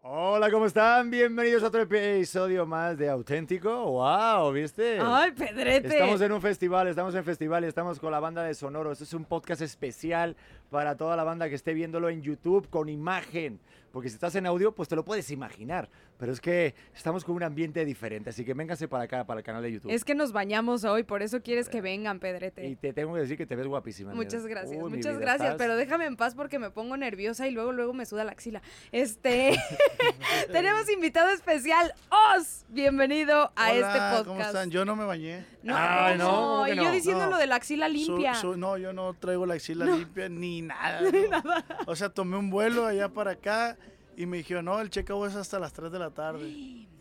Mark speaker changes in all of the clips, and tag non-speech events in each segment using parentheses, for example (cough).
Speaker 1: hola, ¿cómo están? Bienvenidos a otro episodio más de Auténtico. ¡Wow! ¿Viste?
Speaker 2: ¡Ay, Pedrete!
Speaker 1: Estamos en un festival, estamos en festival y estamos con la banda de Sonoro. Este es un podcast especial para toda la banda que esté viéndolo en YouTube con imagen. Porque si estás en audio, pues te lo puedes imaginar. Pero es que estamos con un ambiente diferente, así que vénganse para acá, para el canal de YouTube.
Speaker 2: Es que nos bañamos hoy, por eso quieres que vengan,
Speaker 1: Y
Speaker 2: Pedrete.
Speaker 1: te tengo que decir que te ves guapísima. nena.
Speaker 2: Muchas gracias,
Speaker 1: Uy, mi
Speaker 2: muchas
Speaker 1: vida,
Speaker 2: gracias,
Speaker 1: estás-
Speaker 2: pero déjame en paz porque me pongo nerviosa y luego luego me suda la axila.
Speaker 1: (laughs)
Speaker 2: Este, (laughs) tenemos invitado especial, Oz. Bienvenido a este
Speaker 3: Hola,
Speaker 2: podcast.
Speaker 3: ¿Cómo están? Yo no me bañé.
Speaker 2: No,
Speaker 1: Ay, no,
Speaker 2: no,
Speaker 1: ¿cómo que
Speaker 2: y
Speaker 1: no?
Speaker 2: yo diciendo
Speaker 3: No.
Speaker 2: lo de la axila
Speaker 3: Su-
Speaker 2: limpia.
Speaker 3: su- no, yo no traigo la axila limpia
Speaker 2: (laughs)
Speaker 3: ni nada. ¿no? O sea, tomé un vuelo allá para acá y me dijeron, no, el check-out es hasta las 3 de
Speaker 2: (gasps)
Speaker 3: la tarde.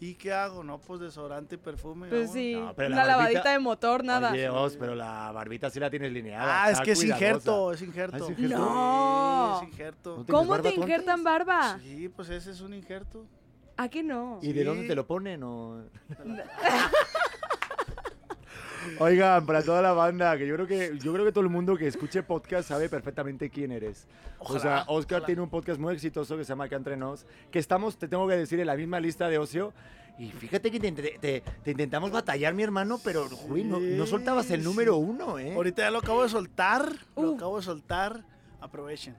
Speaker 3: ¿Y qué hago? No, pues desodorante y perfume.
Speaker 2: pues
Speaker 3: vámonos.
Speaker 2: sí,
Speaker 1: No, pero la
Speaker 2: una lavadita
Speaker 1: barbita-
Speaker 2: de motor, nada.
Speaker 1: Oye, Oz, pero la barbita sí la tienes lineada.
Speaker 3: Ah, es
Speaker 1: está
Speaker 3: que es
Speaker 1: cuidadosa.
Speaker 3: injerto, es
Speaker 1: Ah,
Speaker 3: injerto.
Speaker 1: ¿es injerto?
Speaker 2: No. Ah.
Speaker 3: Sí, es injerto.
Speaker 1: ¿No te-
Speaker 2: ¿Cómo
Speaker 1: barba
Speaker 2: te
Speaker 1: tú
Speaker 2: injertan
Speaker 1: antes?
Speaker 2: barba?
Speaker 3: Sí, pues ese es un injerto.
Speaker 2: ¿A qué no?
Speaker 1: ¿Y de
Speaker 3: Sí.
Speaker 1: dónde te lo ponen? o? (laughs) Oigan, para toda la banda, que yo creo que yo creo que todo el mundo que escuche podcast sabe perfectamente quién eres. o sea,
Speaker 3: Ojalá,
Speaker 1: Oscar
Speaker 3: ojalá.
Speaker 1: tiene un podcast muy exitoso que se llama Acá entre nos, que estamos, te tengo que decir, en la misma lista de ocio. Y fíjate que te, te- te intentamos batallar, mi hermano, pero güey, no, no soltabas el
Speaker 3: Sí,
Speaker 1: número
Speaker 3: sí.
Speaker 1: uno, ¿eh?
Speaker 3: Ahorita ya lo acabo de soltar. Lo
Speaker 2: Uh.
Speaker 3: acabo de soltar.
Speaker 2: (laughs)
Speaker 3: Aprovechen.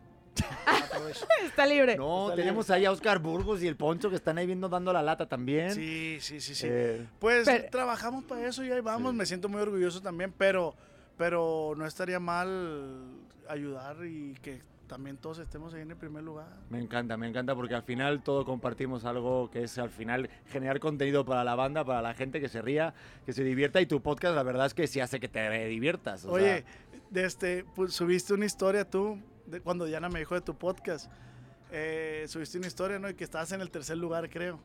Speaker 3: Aprovechen.
Speaker 2: (laughs) Está libre.
Speaker 1: No,
Speaker 3: Está
Speaker 1: tenemos ahí a Oscar Burgos y el Poncho que están ahí viendo dando la lata también.
Speaker 3: Sí, sí, sí, sí.
Speaker 1: Eh,
Speaker 3: Pues
Speaker 2: Pero-
Speaker 3: trabajamos para eso y ahí vamos.
Speaker 1: Sí.
Speaker 3: Me siento muy orgulloso también, pero, pero no estaría mal ayudar y que también todos estemos ahí en el primer lugar.
Speaker 1: Me encanta, me encanta porque al final todo compartimos algo que es al final generar contenido para la banda, para la gente que se ría, que se divierta y tu podcast la verdad es que sí hace que te diviertas. o sea,
Speaker 3: Oye, de este, pues, subiste una historia tú, de cuando Diana me dijo de tu podcast. eh, subiste una historia, ¿no? Y que estabas en el tercer lugar, creo.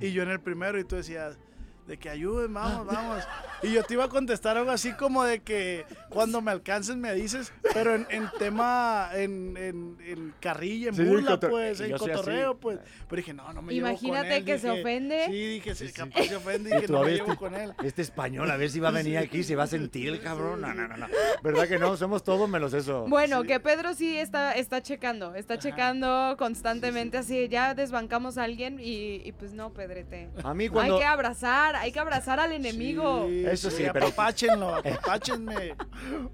Speaker 3: Y yo en el primero y tú decías... De que ayuden, vamos,
Speaker 1: Ah.
Speaker 3: vamos. Y yo te iba a contestar algo así como de que cuando me alcances me dices, pero en, en tema, en, en, en carrilla, en
Speaker 1: Sí,
Speaker 3: burla,
Speaker 1: cotor-
Speaker 3: pues,
Speaker 1: y
Speaker 3: en
Speaker 1: yo soy así. Ah.
Speaker 3: cotorreo, pues. Pero dije, no, no me llevo con
Speaker 2: Imagínate
Speaker 3: él,
Speaker 2: que se
Speaker 3: dije,
Speaker 2: ofende.
Speaker 3: Sí, dije, sí, capaz
Speaker 1: (laughs)
Speaker 3: se ofende y
Speaker 1: Y
Speaker 3: que
Speaker 1: tú,
Speaker 3: no
Speaker 1: a
Speaker 3: me
Speaker 1: ver,
Speaker 3: llevo
Speaker 1: este-
Speaker 3: con él.
Speaker 1: Este español, a ver si va a venir aquí, se va a sentir el cabrón. No, no, no, no. ¿Verdad que no? Somos todos menos eso.
Speaker 2: Bueno,
Speaker 3: Sí.
Speaker 2: que Pedro sí está, está checando, está checando constantemente, así ya desbancamos a alguien y, y pues no, Pedrete.
Speaker 1: A mí cuando...
Speaker 2: Hay que abrazar, hay que abrazar al enemigo.
Speaker 1: Eso sí, pero-
Speaker 3: Apapáchenlo, (laughs) apapáchenme.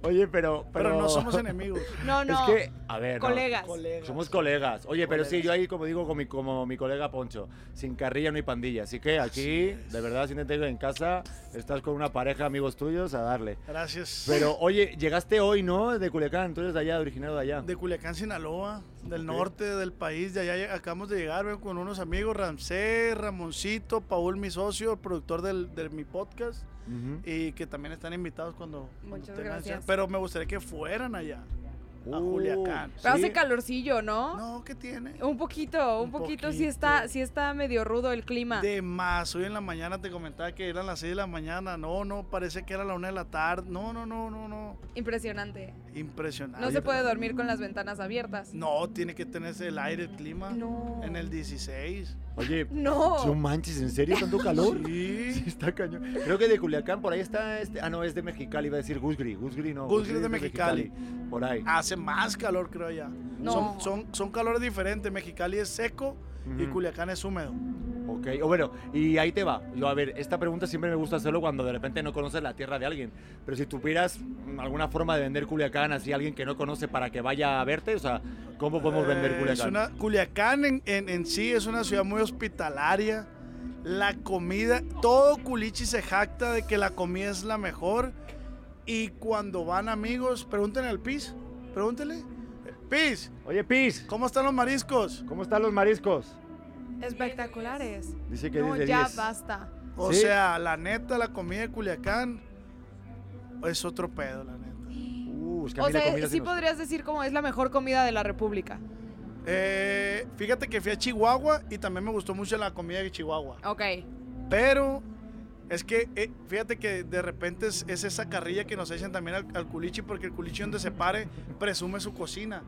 Speaker 1: Oye, pero...
Speaker 3: Pero no somos enemigos.
Speaker 2: No,
Speaker 1: (laughs)
Speaker 2: no,
Speaker 1: Es que, a ver, no.
Speaker 2: colegas.
Speaker 3: Colegas.
Speaker 1: Somos colegas. Oye, pero sí,
Speaker 3: Colegas.
Speaker 1: yo ahí, como digo, como mi, como mi colega Poncho, sin carrilla no hay pandilla. Así que aquí, de verdad, siéntete en casa, estás con una pareja, amigos tuyos, a darle.
Speaker 3: Gracias.
Speaker 1: Pero, oye, llegaste hoy, ¿no? De Culiacán, tú eres de allá, originario de allá.
Speaker 3: De Culiacán, Sinaloa, del
Speaker 1: Ok.
Speaker 3: norte del país, de allá lleg- acabamos de llegar, vengo con unos amigos, Ramsés, Ramoncito, Paul, mi socio, el productor del- de mi podcast,
Speaker 1: Ujú.
Speaker 3: y que también están invitados cuando... cuando
Speaker 2: Muchas
Speaker 3: tengan chance.
Speaker 2: gracias.
Speaker 3: Pero me gustaría que fueran allá. a
Speaker 1: Uh,
Speaker 3: Culiacán.
Speaker 2: Pero
Speaker 1: ¿sí?
Speaker 2: hace calorcillo, ¿no?
Speaker 3: No, ¿qué tiene?
Speaker 2: Un poquito, un,
Speaker 3: Un
Speaker 2: poquito, sí
Speaker 3: poquito.
Speaker 2: está, sí está medio rudo el clima.
Speaker 3: De más, hoy en la mañana te comentaba que eran las 6 de la mañana, no, no, parece que era la 1 de la tarde, no, no, no, no, no,
Speaker 2: Impresionante.
Speaker 3: impresionante.
Speaker 2: No se puede dormir con las ventanas abiertas.
Speaker 3: No, tiene que tenerse el aire, el clima.
Speaker 2: No.
Speaker 3: En el 16.
Speaker 1: Oye, no
Speaker 2: No.
Speaker 1: manches, ¿en serio tanto calor? (laughs) Sí,
Speaker 3: Sí.
Speaker 1: está cañón. Creo que de Culiacán, por ahí está este... Ah, no, es de Mexicali, iba a decir Gusgri. Gusgri no.
Speaker 3: Gusgri
Speaker 1: Gusgri
Speaker 3: es de Mexicali.
Speaker 1: Por ahí.
Speaker 3: Hace más calor, creo ya.
Speaker 2: No.
Speaker 3: Son, son, son calores diferentes. Mexicali es seco y
Speaker 1: Ujú.
Speaker 3: Culiacán es húmedo.
Speaker 1: Ok, o bueno, y ahí te va. Yo, a ver, esta pregunta siempre me gusta hacerlo cuando de repente no conoces la tierra de alguien. Pero si tuvieras mm, alguna forma de vender Culiacán así a alguien que no conoce para que vaya a verte, o sea, ¿cómo podemos vender
Speaker 3: Eh,
Speaker 1: Culiacán?
Speaker 3: es una- Culiacán en, en- en sí es una ciudad muy hospitalaria. La comida, todo culichi se jacta de que la comida es la mejor. Y cuando van amigos, pregúntenle al Piz, pregúntenle. Piz,
Speaker 1: Oye, Pis,
Speaker 3: ¿cómo están los mariscos?
Speaker 1: ¿cómo están los mariscos?
Speaker 2: Espectaculares.
Speaker 1: Dice que
Speaker 2: No,
Speaker 1: desde
Speaker 2: ya
Speaker 1: 10.
Speaker 2: basta.
Speaker 3: O
Speaker 1: Sí.
Speaker 3: sea, la neta, la comida de Culiacán es otro pedo, la neta.
Speaker 1: Uh, es que a
Speaker 2: O
Speaker 1: mí la comida
Speaker 2: sea,
Speaker 1: se
Speaker 2: sí
Speaker 1: nos-
Speaker 2: podrías decir como es la mejor comida de la República.
Speaker 3: Eh, fíjate que fui a Chihuahua y también me gustó mucho la comida de Chihuahua.
Speaker 2: Ok.
Speaker 3: Pero es que, eh, fíjate que de repente es, es esa carrilla que nos echan también al, al culichi, porque el culichi donde se pare presume su cocina.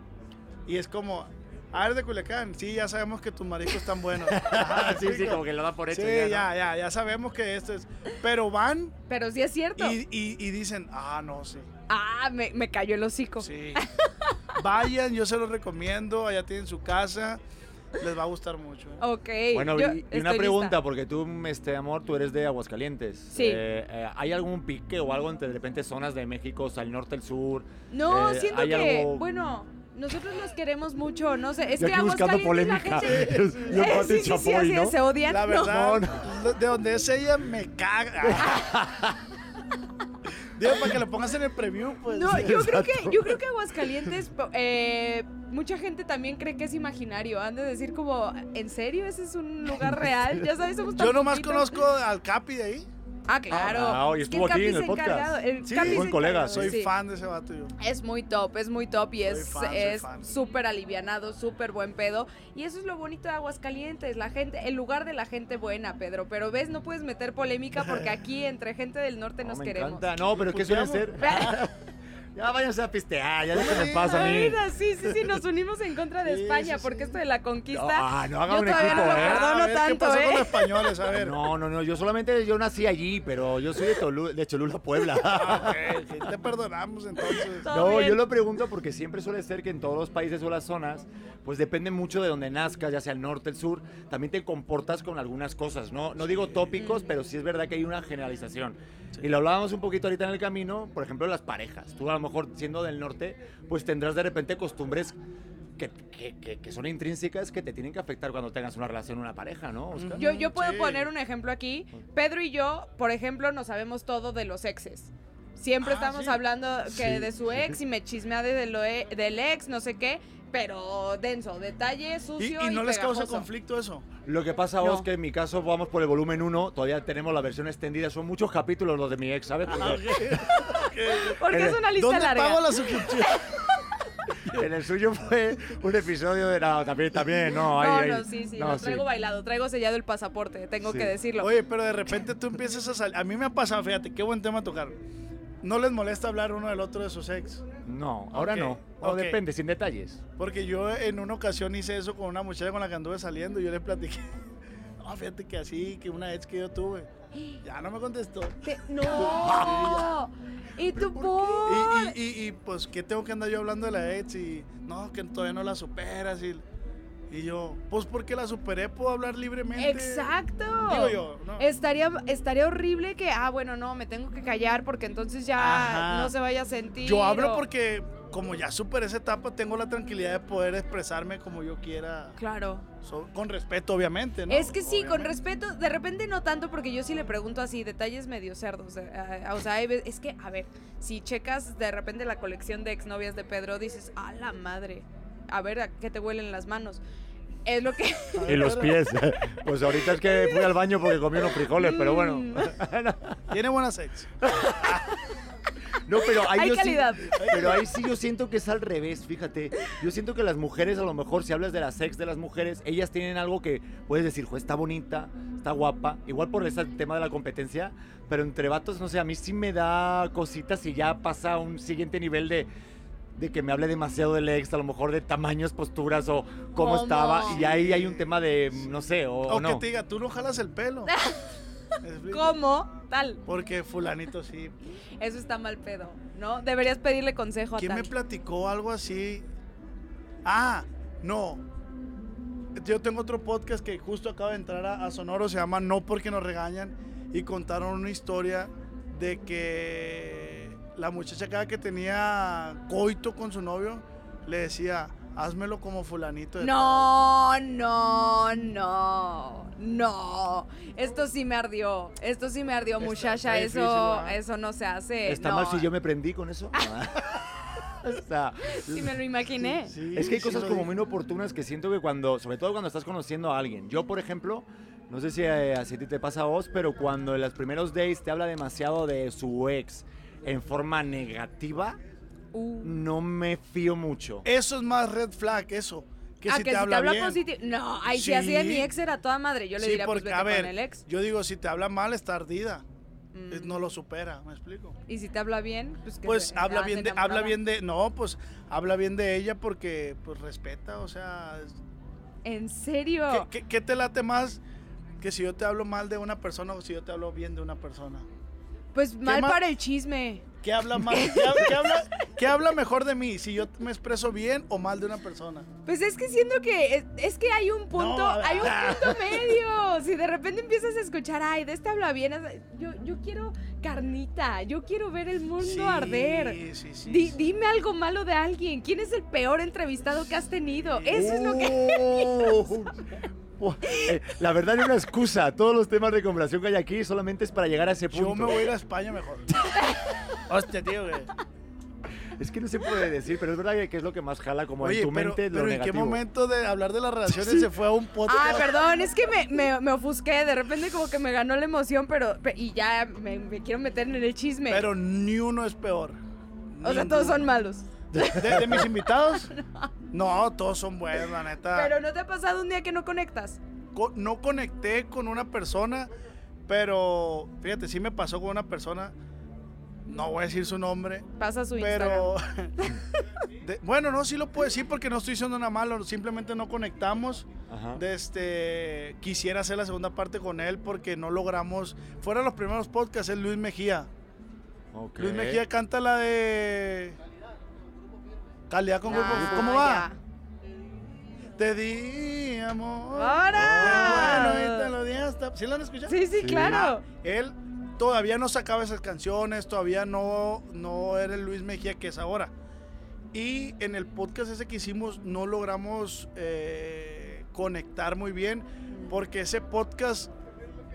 Speaker 3: Y es como, ah, eres de Culiacán. Sí, ya sabemos que tus mariscos están buenos.
Speaker 1: Ah, (laughs) sí, sí, como que lo da por hecho.
Speaker 3: Sí,
Speaker 1: ya, ¿no?
Speaker 3: ya, ya, ya sabemos que esto es. Pero van
Speaker 2: Pero sí es cierto.
Speaker 3: y, y- y dicen, ah, no sé.
Speaker 2: Ah, me, me cayó el hocico.
Speaker 3: Sí. Vayan, yo se los recomiendo. Allá tienen su casa. Les va a gustar mucho. ¿eh?
Speaker 2: Ok.
Speaker 1: Bueno,
Speaker 2: yo
Speaker 1: y- y,
Speaker 2: estoy
Speaker 1: una
Speaker 2: lista.
Speaker 1: pregunta, porque tú, este amor, tú eres de Aguascalientes.
Speaker 2: Sí.
Speaker 1: Eh, eh, ¿Hay algún pique o algo entre de repente zonas de México, o sea, el norte, el sur?
Speaker 2: No,
Speaker 1: Eh,
Speaker 2: siento
Speaker 1: hay
Speaker 2: que,
Speaker 1: algo-
Speaker 2: bueno, nosotros nos queremos mucho, no sé, es
Speaker 1: Yo
Speaker 2: que
Speaker 1: aquí buscando
Speaker 2: Aguascalientes la
Speaker 1: polémica. (laughs)
Speaker 2: gente- (laughs)
Speaker 1: Yo,
Speaker 2: Eh,
Speaker 1: Pati
Speaker 2: sí, sí, sí,
Speaker 1: Chapoy,
Speaker 2: así
Speaker 1: ¿no?
Speaker 2: es, se odian.
Speaker 3: La
Speaker 2: No.
Speaker 3: verdad, lo- de donde es ella, me
Speaker 2: (laughs)
Speaker 3: caga. Digo, para que lo pongas en el preview,
Speaker 1: (laughs)
Speaker 3: pues.
Speaker 2: No, yo creo que, yo creo que Aguascalientes, po- eh, mucha gente también cree que es imaginario. Han de decir como, ¿en serio? ¿Ese es un
Speaker 1: (laughs)
Speaker 2: lugar real? Ya sabes, somos tan
Speaker 3: Yo nomás
Speaker 2: poquitos.
Speaker 3: conozco al Capi de ahí.
Speaker 2: Ah, claro.
Speaker 1: Ah, hoy
Speaker 2: Es que
Speaker 1: estuvo aquí
Speaker 2: Capi
Speaker 1: en
Speaker 2: es
Speaker 1: el podcast.
Speaker 2: encargado, el
Speaker 3: Sí,
Speaker 2: Capi es
Speaker 1: buen colega,
Speaker 2: encargado,
Speaker 3: Soy
Speaker 2: Ah, sí.
Speaker 3: fan de ese vato yo.
Speaker 2: Es muy top, es muy top y
Speaker 3: Soy
Speaker 2: es
Speaker 3: fan, soy
Speaker 2: es
Speaker 3: fan.
Speaker 2: súper alivianado, súper buen pedo. Y eso es lo bonito de Aguascalientes, la gente, el lugar de la gente buena, Pedro. Pero ves, no puedes meter polémica porque aquí entre gente del norte
Speaker 1: No,
Speaker 2: nos
Speaker 1: me
Speaker 2: queremos. (laughs)
Speaker 1: encanta. No, pero ¿qué suele ser?
Speaker 3: Puteamos.
Speaker 1: (laughs) Ya váyanse a pistear, ya déjenme en paz a mí.
Speaker 2: Mira, sí, sí, sí, nos unimos en contra de
Speaker 3: Sí,
Speaker 2: España
Speaker 3: sí,
Speaker 2: porque
Speaker 3: sí.
Speaker 2: esto de la conquista.
Speaker 1: Ah, no hagan un
Speaker 2: yo todavía
Speaker 1: equipo,
Speaker 2: no lo
Speaker 1: ¿eh?
Speaker 2: perdono
Speaker 3: a ver, ¿Qué
Speaker 2: tanto,
Speaker 3: pasó
Speaker 2: ¿eh?
Speaker 3: con los españoles? A ver.
Speaker 1: No, no, no, yo solamente yo nací allí, pero yo soy de, Tolu- de Cholula, (laughs) Puebla.
Speaker 3: Ah, ok, ok, te perdonamos entonces.
Speaker 2: Todo
Speaker 1: No,
Speaker 2: bien.
Speaker 1: yo lo pregunto porque siempre suele ser que en todos los países o las zonas, pues depende mucho de donde nazcas, ya sea el norte, el sur, también te comportas con algunas cosas, ¿no? No digo tópicos, pero sí es verdad que hay una generalización. Y lo hablábamos un poquito ahorita en el camino, por ejemplo, las parejas. Tú a lo mejor siendo del norte, pues tendrás de repente costumbres que, que- que- que son intrínsecas que te tienen que afectar cuando tengas una relación, una pareja, ¿no, Oscar?
Speaker 2: Yo, yo puedo
Speaker 3: Sí.
Speaker 2: poner un ejemplo aquí. Pedro y yo, por ejemplo, no sabemos todo de los exes. Siempre
Speaker 3: Ah,
Speaker 2: estamos
Speaker 3: sí.
Speaker 2: hablando que
Speaker 1: Sí,
Speaker 2: de su ex y me chismea de de lo e- del ex, no sé qué, pero denso, detalle,
Speaker 3: ¿Y,
Speaker 2: sucio.
Speaker 3: y no les causa
Speaker 2: pegajoso.
Speaker 3: conflicto eso?
Speaker 1: Lo que pasa,
Speaker 2: No.
Speaker 1: Os, que en mi caso vamos por el volumen 1, todavía tenemos la versión extendida, son muchos capítulos los de mi ex, ¿sabes?
Speaker 3: Ah,
Speaker 1: Porque-
Speaker 3: ok, ok.
Speaker 2: Porque es una lista
Speaker 3: Eh, ¿Dónde
Speaker 2: larga.
Speaker 3: pago la suscripción?
Speaker 1: (laughs) En el suyo fue un episodio de. No, también, también, no.
Speaker 2: No,
Speaker 1: ahí-
Speaker 2: no,
Speaker 1: ahí-
Speaker 2: sí, sí,
Speaker 1: no,
Speaker 2: lo
Speaker 1: sí.
Speaker 2: traigo bailado, traigo sellado el pasaporte, tengo
Speaker 1: Sí.
Speaker 2: que decirlo.
Speaker 3: Oye, pero de repente tú empiezas a salir. A mí me ha pasado, fíjate, qué buen tema tocar. No les molesta hablar uno del otro de sus ex.
Speaker 1: No, ahora
Speaker 3: Ok,
Speaker 1: no. O
Speaker 3: ok.
Speaker 1: depende, sin detalles.
Speaker 3: Porque yo en una ocasión hice eso con una muchacha con la que anduve saliendo y yo le platiqué. (laughs) No, fíjate que así, que una ex que yo tuve. Ya no me contestó.
Speaker 2: Te- ¡No! ¿Y tu
Speaker 3: Y,
Speaker 2: por?
Speaker 3: y- y- y, pues, ¿qué tengo que andar yo hablando de la ex? Y no, que todavía no la superas. Y, y yo, pues porque la superé, puedo hablar libremente.
Speaker 2: Exacto.
Speaker 3: Digo yo, no.
Speaker 2: Estaría, estaría horrible que, ah, bueno, no, me tengo que callar porque entonces ya
Speaker 3: Ajá.
Speaker 2: no se vaya a sentir.
Speaker 3: Yo hablo
Speaker 2: o-
Speaker 3: porque, como ya superé esa etapa, tengo la tranquilidad de poder expresarme como yo quiera.
Speaker 2: Claro.
Speaker 3: So- con respeto, obviamente, ¿no?
Speaker 2: es que sí, con
Speaker 3: Obviamente.
Speaker 2: respeto, de repente no tanto porque yo sí le pregunto así, detalles medio cerdos. eh, eh, o sea, hay ve- es que, a ver, si checas de repente la colección de exnovias de Pedro, dices, a la madre, a ver, ¿a qué te huelen las manos? Es lo que... (laughs)
Speaker 1: Y los
Speaker 3: (laughs)
Speaker 1: pies. (laughs) Pues ahorita es que fui al baño porque comí unos frijoles, pero bueno.
Speaker 2: Mm.
Speaker 3: Tiene buena sex.
Speaker 1: No, pero ahí
Speaker 2: Hay
Speaker 1: yo sí-
Speaker 2: calidad.
Speaker 1: pero ahí sí yo siento que es al revés, fíjate. Yo siento que las mujeres, a lo mejor, si hablas de las sex de las mujeres, ellas tienen algo que puedes decir, "Jo, está bonita, está guapa. Igual por ese tema de la competencia, pero entre vatos, no sé, a mí sí me da cositas y ya pasa a un siguiente nivel de. De que me hable demasiado del ex, a lo mejor de tamaños, posturas o cómo,
Speaker 2: ¿Cómo?
Speaker 1: estaba. Y ahí hay un tema de, no sé, o,
Speaker 3: O
Speaker 1: o
Speaker 3: que
Speaker 1: Oh, no.
Speaker 3: te diga, tú no jalas
Speaker 2: (laughs)
Speaker 3: el pelo. ¿Me explico?
Speaker 2: ¿Cómo? Tal.
Speaker 3: Porque fulanito sí.
Speaker 2: Eso está mal pedo, ¿no? Deberías pedirle consejo a
Speaker 3: ¿Quién me
Speaker 2: tal.
Speaker 3: platicó algo así? Ah, no. Yo tengo otro podcast que justo acaba de entrar a, a Sonoro, se llama No porque nos regañan, y contaron una historia de que la muchacha cada que tenía coito con su novio, le decía, házmelo como fulanito. de
Speaker 2: No, no, no, no. Esto sí me ardió. Esto sí me ardió,
Speaker 3: Está-
Speaker 2: muchacha.
Speaker 3: está difícil,
Speaker 2: eso,
Speaker 3: ¿verdad?
Speaker 2: eso no se hace.
Speaker 1: ¿Está
Speaker 2: Eh, no.
Speaker 1: mal si yo me prendí con eso? (laughs) O sea,
Speaker 2: Sí me lo imaginé.
Speaker 3: tal". Sí,
Speaker 1: Es que hay
Speaker 3: sí
Speaker 1: cosas
Speaker 3: lo
Speaker 1: como
Speaker 3: dijo.
Speaker 1: muy oportunas que siento que cuando, sobre todo cuando estás conociendo a alguien. Yo, por ejemplo, no sé si eh, así a ti te pasa a vos, pero cuando en los primeros days te habla demasiado de su ex en forma negativa,
Speaker 2: Uh.
Speaker 1: no me fío
Speaker 3: (laughs)
Speaker 1: mucho.
Speaker 3: Eso es más red flag, eso. Que
Speaker 2: Ah,
Speaker 3: si
Speaker 2: que
Speaker 3: te
Speaker 2: si
Speaker 3: habla
Speaker 2: te habla
Speaker 3: bien.
Speaker 2: positivo. No, ay, si
Speaker 3: Sí.
Speaker 2: así de mi ex era toda madre, yo le
Speaker 3: Sí,
Speaker 2: diría
Speaker 3: porque,
Speaker 2: pues vete
Speaker 3: a ver,
Speaker 2: con el ex.
Speaker 3: yo digo, si te habla mal, está ardida.
Speaker 2: Mm.
Speaker 3: Eh, No lo supera, ¿me explico?
Speaker 2: Y si te habla bien, pues que
Speaker 3: Pues
Speaker 2: se-
Speaker 3: habla
Speaker 2: ande
Speaker 3: bien de,
Speaker 2: enamorada.
Speaker 3: habla bien de, no, pues habla bien de ella porque pues respeta, o sea, es-
Speaker 2: ¿En serio?
Speaker 3: ¿qué, qué- qué te late más que si yo te hablo mal de una persona o si yo te hablo bien de una persona?
Speaker 2: Pues mal
Speaker 3: ma-
Speaker 2: para el chisme. (laughs)
Speaker 3: ¿Qué habla más? ¿Qué, hab- qué habla, ¿Qué habla mejor de mí? ¿Si yo me expreso bien o mal de una persona?
Speaker 2: Pues es que siento que es, es que hay un punto,
Speaker 3: No, a ver.
Speaker 2: hay
Speaker 3: (laughs)
Speaker 2: un punto medio. Si de repente empiezas a escuchar, ay, de este habla bien, haz- yo, yo quiero carnita, yo quiero ver el mundo
Speaker 3: Sí,
Speaker 2: arder.
Speaker 3: Sí, sí,
Speaker 2: Di-
Speaker 3: sí.
Speaker 2: dime algo malo de alguien. ¿Quién es el peor entrevistado que has tenido? Eso es lo que.
Speaker 3: Uh, Oh.
Speaker 1: Buah, (laughs) eh, La verdad es una excusa. Todos los temas de conversación que hay aquí solamente es para llegar a ese punto.
Speaker 3: Yo me voy a ir a
Speaker 2: (laughs)
Speaker 3: España mejor. Hostia, tío, güey.
Speaker 1: Es que no se puede decir, pero es verdad que- que es lo que más jala como
Speaker 3: Oye,
Speaker 1: en tu
Speaker 3: pero,
Speaker 1: mente lo
Speaker 3: pero ¿en qué
Speaker 1: negativo.
Speaker 3: momento de hablar de las relaciones se fue a un podcast?
Speaker 2: Ah, perdón, es que me, me- me ofusqué. De repente, como que me ganó la emoción, pero. pe- Y ya me, me quiero meter en el chisme.
Speaker 3: Pero ni uno es peor.
Speaker 2: o sea,
Speaker 3: Ninguno.
Speaker 2: todos son malos.
Speaker 3: ¿De, de
Speaker 2: (laughs)
Speaker 3: mis invitados? No, todos son buenos, la neta.
Speaker 2: Pero ¿no te ha pasado un día que no conectas?
Speaker 3: co- no conecté con una persona, pero fíjate, sí me pasó con una persona. No voy a decir su nombre,
Speaker 2: Pasa su Instagram.
Speaker 3: pero. (laughs) de- bueno, no, sí lo puedo decir porque no estoy diciendo nada malo, simplemente no conectamos.
Speaker 1: Ajá.
Speaker 3: De este, quisiera hacer la segunda parte con él porque no logramos. Fueron los primeros podcasts, es Luis Mejía.
Speaker 1: Ok.
Speaker 3: Luis Mejía canta la de. Calidad con grupo.
Speaker 2: Ah,
Speaker 3: ¿Cómo va?
Speaker 2: ya.
Speaker 3: Te di amor.
Speaker 2: ¡Ahora!
Speaker 3: Bueno, y te lo di hasta. ¿Sí la han escuchado?
Speaker 2: Sí, sí,
Speaker 1: Sí.
Speaker 2: claro.
Speaker 3: Él todavía no sacaba esas canciones, todavía no, no era el Luis Mejía que es ahora. Y en el podcast ese que hicimos no logramos eh, conectar muy bien porque ese podcast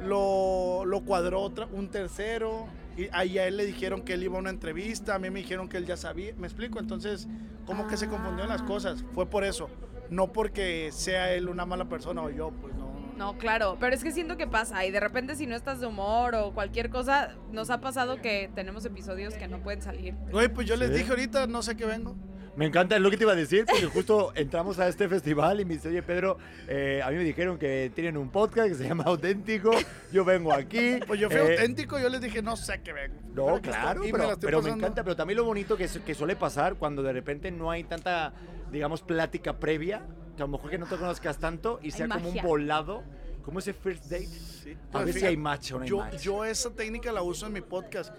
Speaker 3: lo, lo cuadró otra- un tercero y ahí a él le dijeron que él iba a una entrevista, a mí me dijeron que él ya sabía, me explico, entonces como que se confundieron las cosas, fue por eso, no porque sea él una mala persona o yo, pues no.
Speaker 2: No, claro, pero es que siento que pasa y de repente si no estás de humor o cualquier cosa, nos ha pasado que tenemos episodios que no pueden salir.
Speaker 3: Güey, pues yo les
Speaker 1: Sí.
Speaker 3: dije ahorita, no sé qué vengo.
Speaker 1: Me encanta, es lo que te iba a decir, porque justo entramos a este festival y me dice, oye Pedro, eh, a mí me dijeron que tienen un podcast que se llama Auténtico, yo vengo aquí.
Speaker 3: Pues yo fui
Speaker 1: eh,
Speaker 3: auténtico, yo les dije, no sé qué vengo.
Speaker 1: No,
Speaker 3: Pero que
Speaker 1: claro,
Speaker 3: estoy- y
Speaker 1: pero, pero
Speaker 3: la
Speaker 1: me,
Speaker 3: estoy pasando.
Speaker 1: encanta, pero también lo bonito que, su- que suele pasar cuando de repente no hay tanta, digamos, plática previa, que a lo mejor que no te conozcas tanto y sea como un
Speaker 2: magia.
Speaker 1: volado, como ese first date.
Speaker 3: Sí.
Speaker 1: A
Speaker 3: Pues
Speaker 1: ver si
Speaker 3: fíjate,
Speaker 1: hay match o no hay
Speaker 3: yo,
Speaker 1: match.
Speaker 3: yo esa técnica la uso en mi podcast.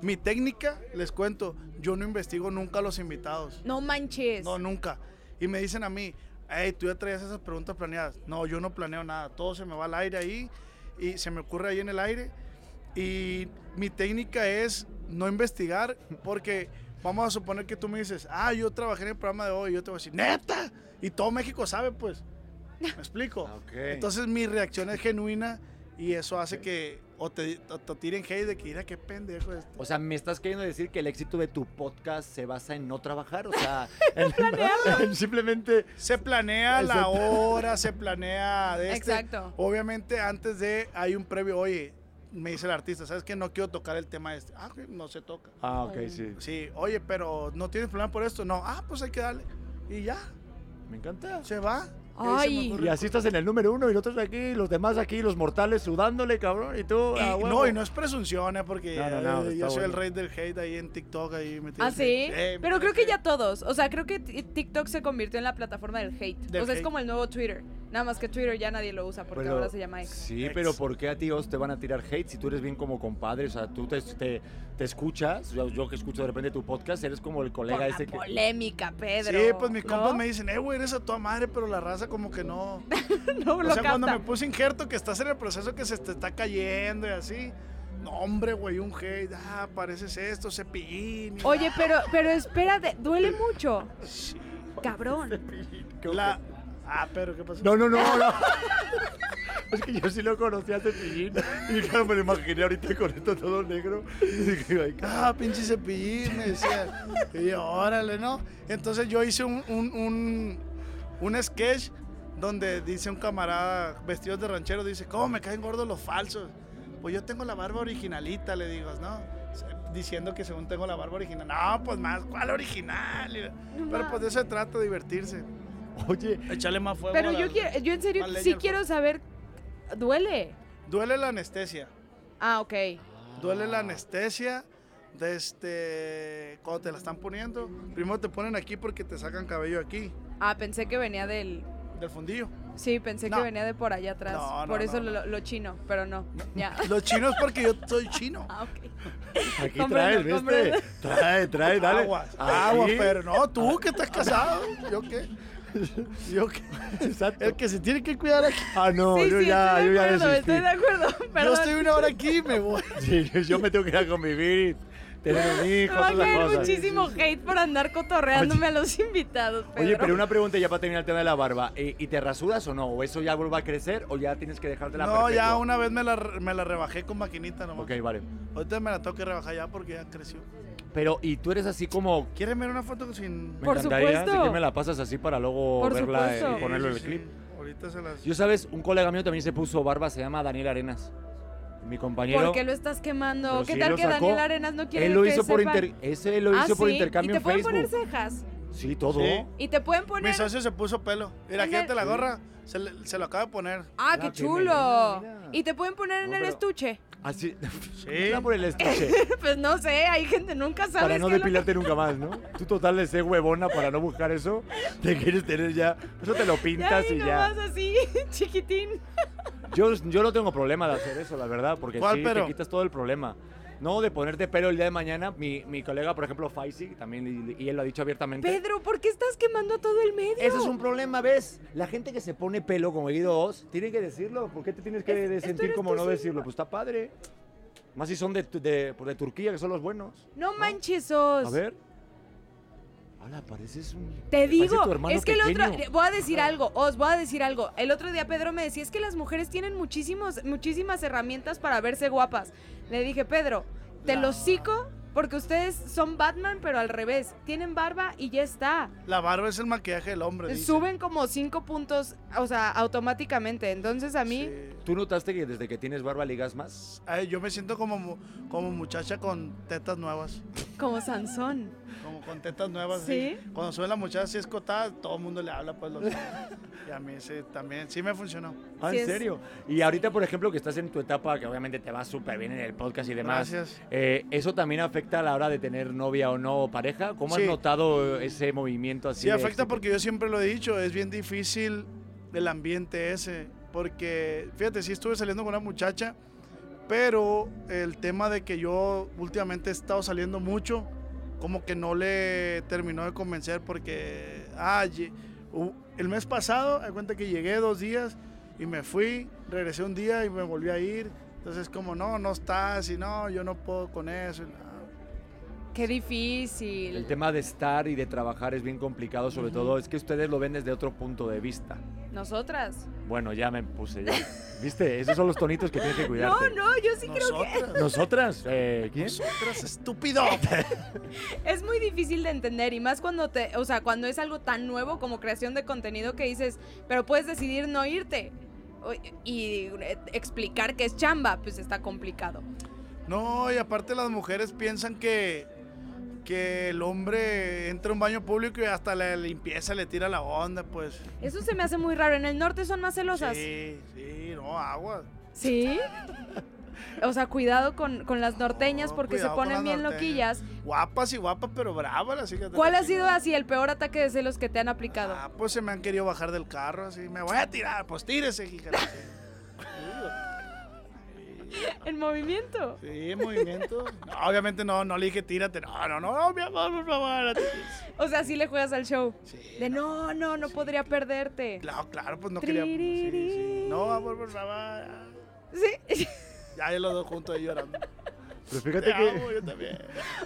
Speaker 3: Mi técnica, les cuento, yo no investigo nunca a los invitados.
Speaker 2: No manches.
Speaker 3: No, nunca. Y me dicen a mí, hey, tú ya traías esas preguntas planeadas. No, yo no planeo nada. Todo se me va al aire ahí y se me ocurre ahí en el aire. Y mi técnica es no investigar porque vamos a suponer que tú me dices, ah, yo trabajé en el programa de hoy. Y yo te voy a decir, neta. Y todo México sabe, pues. ¿Me explico?
Speaker 1: Ah, Ok.
Speaker 3: Entonces mi reacción es genuina y eso hace que o te, o te tiren hate de que, mira, qué pendejo este.
Speaker 1: O sea, me estás queriendo decir que el éxito de tu podcast se basa en no trabajar, o sea, en, (laughs) en simplemente...
Speaker 3: Se planea la
Speaker 1: Exacto.
Speaker 3: hora, se planea de este.
Speaker 2: Exacto.
Speaker 3: Obviamente antes de hay un previo, oye, me dice el artista, ¿sabes qué? No quiero tocar el tema este. Ah, ok, no se toca.
Speaker 1: Ah, ok, sí.
Speaker 3: Sí, oye, pero no tienes plan por esto. No, ah, pues hay que darle. Y ya,
Speaker 1: Me encanta.
Speaker 3: se va. Y ahí
Speaker 2: Ay.
Speaker 3: se me ocurre-
Speaker 1: Y así estás en el número uno y nosotros aquí, los demás aquí, los mortales sudándole, cabrón, y tú...
Speaker 3: Y-
Speaker 1: ah, huevo.
Speaker 3: no, y no es presunción, ¿eh? porque
Speaker 1: No, no, no,
Speaker 3: eh,
Speaker 1: está
Speaker 3: yo soy el
Speaker 1: bueno.
Speaker 3: rey del hate ahí en TikTok. Ahí metido.
Speaker 2: ¿Ah, sí?
Speaker 3: Eh,
Speaker 2: Pero creo que
Speaker 3: eh,
Speaker 2: ya todos. O sea, creo que t- TikTok se convirtió en la plataforma del hate.
Speaker 3: Del
Speaker 2: o sea, es
Speaker 3: hate.
Speaker 2: como el nuevo Twitter. Nada más que Twitter ya nadie lo usa porque
Speaker 1: Pero-
Speaker 2: ahora se llama X.
Speaker 1: Sí,
Speaker 3: Ex.
Speaker 1: pero ¿por qué a tíos te van a tirar hate si tú eres bien como compadre? O sea, tú te, te, te escuchas, yo, yo que escucho de repente tu podcast, eres como el
Speaker 2: Por
Speaker 1: colega
Speaker 2: la
Speaker 1: ese que...
Speaker 2: polémica, Pedro.
Speaker 3: Sí, pues mis
Speaker 2: ¿No?
Speaker 3: compas
Speaker 2: (laughs)
Speaker 3: me dicen, eh, güey, eres a toda madre, pero la raza como que no.
Speaker 2: No, lo
Speaker 3: o sea, cuando
Speaker 2: capta.
Speaker 3: me puse injerto, que estás en el proceso que se te está cayendo y así. No, hombre, güey, un hate. Ah, pareces esto, cepillín. y-
Speaker 2: (laughs) Oye, pero, pero espérate, duele mucho. (laughs) Cabrón.
Speaker 3: La... Ah, pero ¿qué pasó?
Speaker 1: No, no, no,
Speaker 2: (laughs)
Speaker 1: no. (laughs) es que yo sí lo conocí a Cepillín y claro, me lo imaginé ahorita con esto todo negro. Y dije, ay, ca-
Speaker 3: Ah, pinche cepillín, me decía. Y yo, órale, ¿no? Entonces yo hice un, un, un, un sketch donde dice un camarada vestido de ranchero, dice, ¿cómo me caen gordos los falsos? Pues yo tengo la barba originalita, le digo, ¿no? Diciendo que según tengo la barba original. No, pues más, ¿cuál original? Y- Pero pues de eso se trata, divertirse.
Speaker 1: Oye,
Speaker 3: Echarle más fuego.
Speaker 2: Pero
Speaker 3: a la-
Speaker 2: yo quiero, yo en serio
Speaker 3: Más leña
Speaker 2: sí
Speaker 3: al
Speaker 2: quiero saber. Duele.
Speaker 3: Duele la anestesia.
Speaker 2: Ah, ok.
Speaker 3: Duele la anestesia de este. Cuando te la están poniendo. Primero te ponen aquí porque te sacan cabello aquí,
Speaker 2: Ah, pensé que venía del.
Speaker 3: del fundillo.
Speaker 2: Sí, pensé que
Speaker 3: No.
Speaker 2: venía de por allá atrás.
Speaker 3: No, no,
Speaker 2: por eso
Speaker 3: no,
Speaker 2: lo, lo chino, pero no.
Speaker 1: (laughs)
Speaker 2: Ya.
Speaker 3: Los chinos porque yo soy chino.
Speaker 2: Ah, ok.
Speaker 1: Aquí
Speaker 2: Comprendo,
Speaker 1: traes,
Speaker 2: comprendo.
Speaker 1: ¿viste? Trae, trae, dale.
Speaker 3: Aguas,
Speaker 1: Agua,
Speaker 3: aguas, pero no, tú que estás casado. ¿Yo qué? ¿Yo qué?
Speaker 1: Exacto.
Speaker 3: El que se tiene que cuidar aquí.
Speaker 1: (laughs) Ah, no,
Speaker 2: sí,
Speaker 1: yo
Speaker 2: sí,
Speaker 1: ya,
Speaker 2: estoy
Speaker 1: yo
Speaker 2: de
Speaker 1: ya
Speaker 2: acuerdo,
Speaker 1: desistí.
Speaker 2: estoy de acuerdo.
Speaker 3: Yo
Speaker 2: Perdón.
Speaker 3: estoy una hora aquí y me voy.
Speaker 1: Sí, yo- yo me tengo que ir a convivir, tener un hijo,
Speaker 2: Me va a
Speaker 1: todas
Speaker 2: caer
Speaker 1: las cosas.
Speaker 2: muchísimo hate por andar cotorreándome a los invitados, Pedro.
Speaker 1: Oye, pero una pregunta ya para terminar el tema de la barba. Eh, ¿Y te rasuras o no? ¿O eso ya vuelve a crecer o ya tienes que dejarte (laughs) la
Speaker 3: No, ya una vez me la, me la rebajé con maquinita nomás.
Speaker 1: Ok, vale.
Speaker 3: Ahorita me la tengo que rebajar ya porque ya creció.
Speaker 1: Pero, ¿y tú eres así como
Speaker 3: ¿Quieren ver una foto sin...?
Speaker 1: Me
Speaker 2: Por
Speaker 1: encantaría
Speaker 2: supuesto.
Speaker 1: si que me la pasas así para luego
Speaker 2: Por
Speaker 1: verla eh,
Speaker 2: supuesto.
Speaker 1: y ponerlo en el
Speaker 3: Sí, sí,
Speaker 1: clip.
Speaker 3: sí. Ahorita se las...
Speaker 1: Yo, ¿sabes? Un colega mío también se puso barba, se llama Daniel Arenas. Mi compañero.
Speaker 2: ¿Por qué lo estás quemando?
Speaker 1: Pero
Speaker 2: ¿Qué
Speaker 1: sí,
Speaker 2: tal
Speaker 1: lo
Speaker 2: que
Speaker 1: sacó.
Speaker 2: Daniel Arenas no quiere
Speaker 1: Él lo
Speaker 2: que
Speaker 1: hizo por
Speaker 2: sepan?
Speaker 1: inter- ese lo
Speaker 2: Ah,
Speaker 1: hizo por
Speaker 2: ¿sí?
Speaker 1: intercambio
Speaker 2: Y te
Speaker 1: en
Speaker 2: pueden
Speaker 1: Facebook.
Speaker 2: poner cejas.
Speaker 1: Sí, todo.
Speaker 3: Sí.
Speaker 2: Y te pueden
Speaker 3: Mi
Speaker 2: poner...
Speaker 3: socio se puso pelo. Mira,
Speaker 2: En
Speaker 3: quédate
Speaker 2: el-
Speaker 3: la gorra. Se, le- se lo acaba de poner.
Speaker 2: Ah,
Speaker 1: Ah,
Speaker 2: qué
Speaker 1: qué
Speaker 2: chulo.
Speaker 1: mira, mira.
Speaker 2: Y te pueden poner en
Speaker 1: No,
Speaker 2: el
Speaker 1: pero-
Speaker 2: estuche. (laughs)
Speaker 1: Así. (laughs)
Speaker 3: Sí.
Speaker 1: Nada por el estuche.
Speaker 2: Pues no sé, hay gente, nunca sabes.
Speaker 1: para no
Speaker 2: qué es lo que-
Speaker 1: depilarte nunca más, ¿no? Tú total de ser huevona para no buscar eso. Te quieres tener ya. Eso te lo
Speaker 2: Ya,
Speaker 1: pintas
Speaker 2: y
Speaker 1: y ya.
Speaker 2: nomás así, (laughs) chiquitín.
Speaker 1: Yo, yo no tengo problema de hacer eso, la verdad, porque
Speaker 3: ¿Cuál
Speaker 1: sí,
Speaker 3: pero?
Speaker 1: te quitas todo el problema. No, de ponerte pelo el día de mañana. Mi, mi colega, por ejemplo, Faisy, también, y, y él lo ha dicho abiertamente.
Speaker 2: Pedro, ¿por qué estás quemando a todo el medio?
Speaker 1: Ese es un problema, ¿ves? La gente que se pone pelo como Guido Oz, tiene que decirlo. ¿Por qué te tienes que
Speaker 2: Es- esto
Speaker 1: sentir
Speaker 2: eres
Speaker 1: como
Speaker 2: tú,
Speaker 1: no
Speaker 2: sí.
Speaker 1: decirlo? Pues está padre. Más si son de, tu- de, pues, de Turquía, que son los buenos.
Speaker 2: No manches, Oz.
Speaker 1: A ver. Hola, pareces un...
Speaker 2: Te
Speaker 1: pareces
Speaker 2: digo,
Speaker 1: tu hermano
Speaker 2: es que el
Speaker 1: pequeño. Ah.
Speaker 2: otro, voy a decir algo, os voy a decir algo. El otro día Pedro me decía, es que las mujeres tienen muchísimos, muchísimas herramientas para verse guapas. Le dije, Pedro, te
Speaker 3: La-
Speaker 2: lo cico porque ustedes son Batman, pero al revés. Tienen barba y ya está.
Speaker 3: La barba es el maquillaje del hombre. dice.
Speaker 2: Suben como cinco puntos, o sea, automáticamente. Entonces a mí,
Speaker 3: Sí.
Speaker 1: ¿Tú notaste que desde que tienes barba ligas más?
Speaker 3: Ay, yo me siento como, mu- como muchacha con tetas nuevas.
Speaker 2: como Sansón.
Speaker 3: Como con tetas nuevas.
Speaker 2: ¿Sí?
Speaker 3: así. Cuando sube la muchacha así escotada, todo el mundo le habla, pues los (laughs) Y a mí sí, también, sí me funcionó.
Speaker 1: Ah,
Speaker 2: Sí
Speaker 1: ¿en
Speaker 2: es.
Speaker 1: serio? Y ahorita, por ejemplo, que estás en tu etapa, que obviamente te va súper bien en el podcast y demás,
Speaker 3: Gracias.
Speaker 1: eh, ¿eso también afecta a la hora de tener novia o no o pareja? ¿Cómo
Speaker 3: Sí.
Speaker 1: has notado eh, ese movimiento así?
Speaker 3: Sí,
Speaker 1: de
Speaker 3: afecta
Speaker 1: éxito?
Speaker 3: porque yo siempre lo he dicho, es bien difícil el ambiente ese. Porque, fíjate, sí estuve saliendo con una muchacha, pero el tema de que yo últimamente he estado saliendo mucho, como que no le terminó de convencer porque, ah, lle- hu- el mes pasado, a cuenta que llegué dos días y me fui, regresé un día y me volví a ir. Entonces, como, no, no estás y no, yo no puedo con eso. y no.
Speaker 2: Qué
Speaker 1: El
Speaker 2: difícil.
Speaker 1: tema de estar y de trabajar es bien complicado, sobre todo es que ustedes lo ven desde otro punto de vista.
Speaker 2: Nosotras.
Speaker 1: Bueno, ya me puse ya. ¿Viste? Esos son los tonitos que tienes que cuidarte.
Speaker 2: (laughs) No, no, yo sí creo. (laughs)
Speaker 3: Nosotras,
Speaker 1: ¿Nosotras? Eh, ¿Quién?
Speaker 3: nosotras, estúpido.
Speaker 2: Es muy difícil de entender y más cuando te, o sea, cuando es algo tan nuevo como creación de contenido que dices, pero puedes decidir no irte. O- Y eh, explicar que es chamba, pues está complicado.
Speaker 3: No, y aparte las mujeres piensan que, que el hombre entra a un baño público y hasta la limpieza le tira la onda, pues.
Speaker 2: Eso se me hace muy raro. En el norte son más celosas. Sí.
Speaker 3: Sí, sí, no, agua.
Speaker 2: O sea, cuidado con, con las norteñas
Speaker 3: No,
Speaker 2: porque se
Speaker 3: cuidado con
Speaker 2: ponen
Speaker 3: las
Speaker 2: bien
Speaker 3: norteñas.
Speaker 2: loquillas.
Speaker 3: Guapas y guapas, pero bravas las hijas de
Speaker 2: ¿Cuál
Speaker 3: la
Speaker 2: ha sido
Speaker 3: chingada.
Speaker 2: así el peor ataque de celos que te han aplicado?
Speaker 3: Ah, pues se me han querido bajar del carro, así. Me voy a tirar, pues tírese, hija. de la chingada.
Speaker 2: El movimiento.
Speaker 3: Sí, movimiento. No, obviamente no, no le dije tírate. No, no, no, mi amor, por favor.
Speaker 2: O sea, sí le juegas al show.
Speaker 3: Sí,
Speaker 2: De no, no, no podría perderte.
Speaker 3: Claro, claro, pues no quería. Sí, sí. No, amor, por favor. ah.
Speaker 2: Sí. (laughs)
Speaker 3: Ya, ya los dos juntos ahí llorando.
Speaker 1: Pero
Speaker 3: Te
Speaker 1: Pues fíjate
Speaker 3: amo,
Speaker 1: que...
Speaker 3: yo también.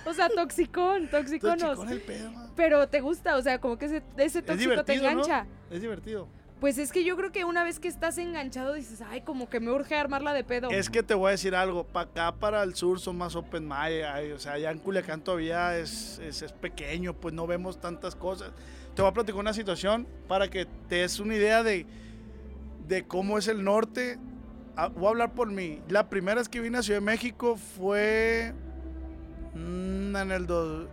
Speaker 2: O sea, toxicón,
Speaker 3: Entonces,
Speaker 2: toxiconos.
Speaker 3: chicón el pedo, ma.
Speaker 2: Pero te gusta, o sea, como que ese, ese
Speaker 3: Es
Speaker 2: tóxico te
Speaker 3: divertido,
Speaker 2: engancha.
Speaker 3: ¿no? Es divertido.
Speaker 2: Pues es que yo creo que una vez que estás enganchado dices, ay, como que me urge armarla de pedo.
Speaker 3: Es que te voy a decir algo, para acá, para el sur, son más open mind, ay, o sea, allá en Culiacán todavía es, es, es pequeño, pues no vemos tantas cosas. Te voy a platicar una situación para que te des una idea de, de cómo es el norte. Ah, Voy a hablar por mí. La primera vez que vine a Ciudad de México fue mm, en el... dos-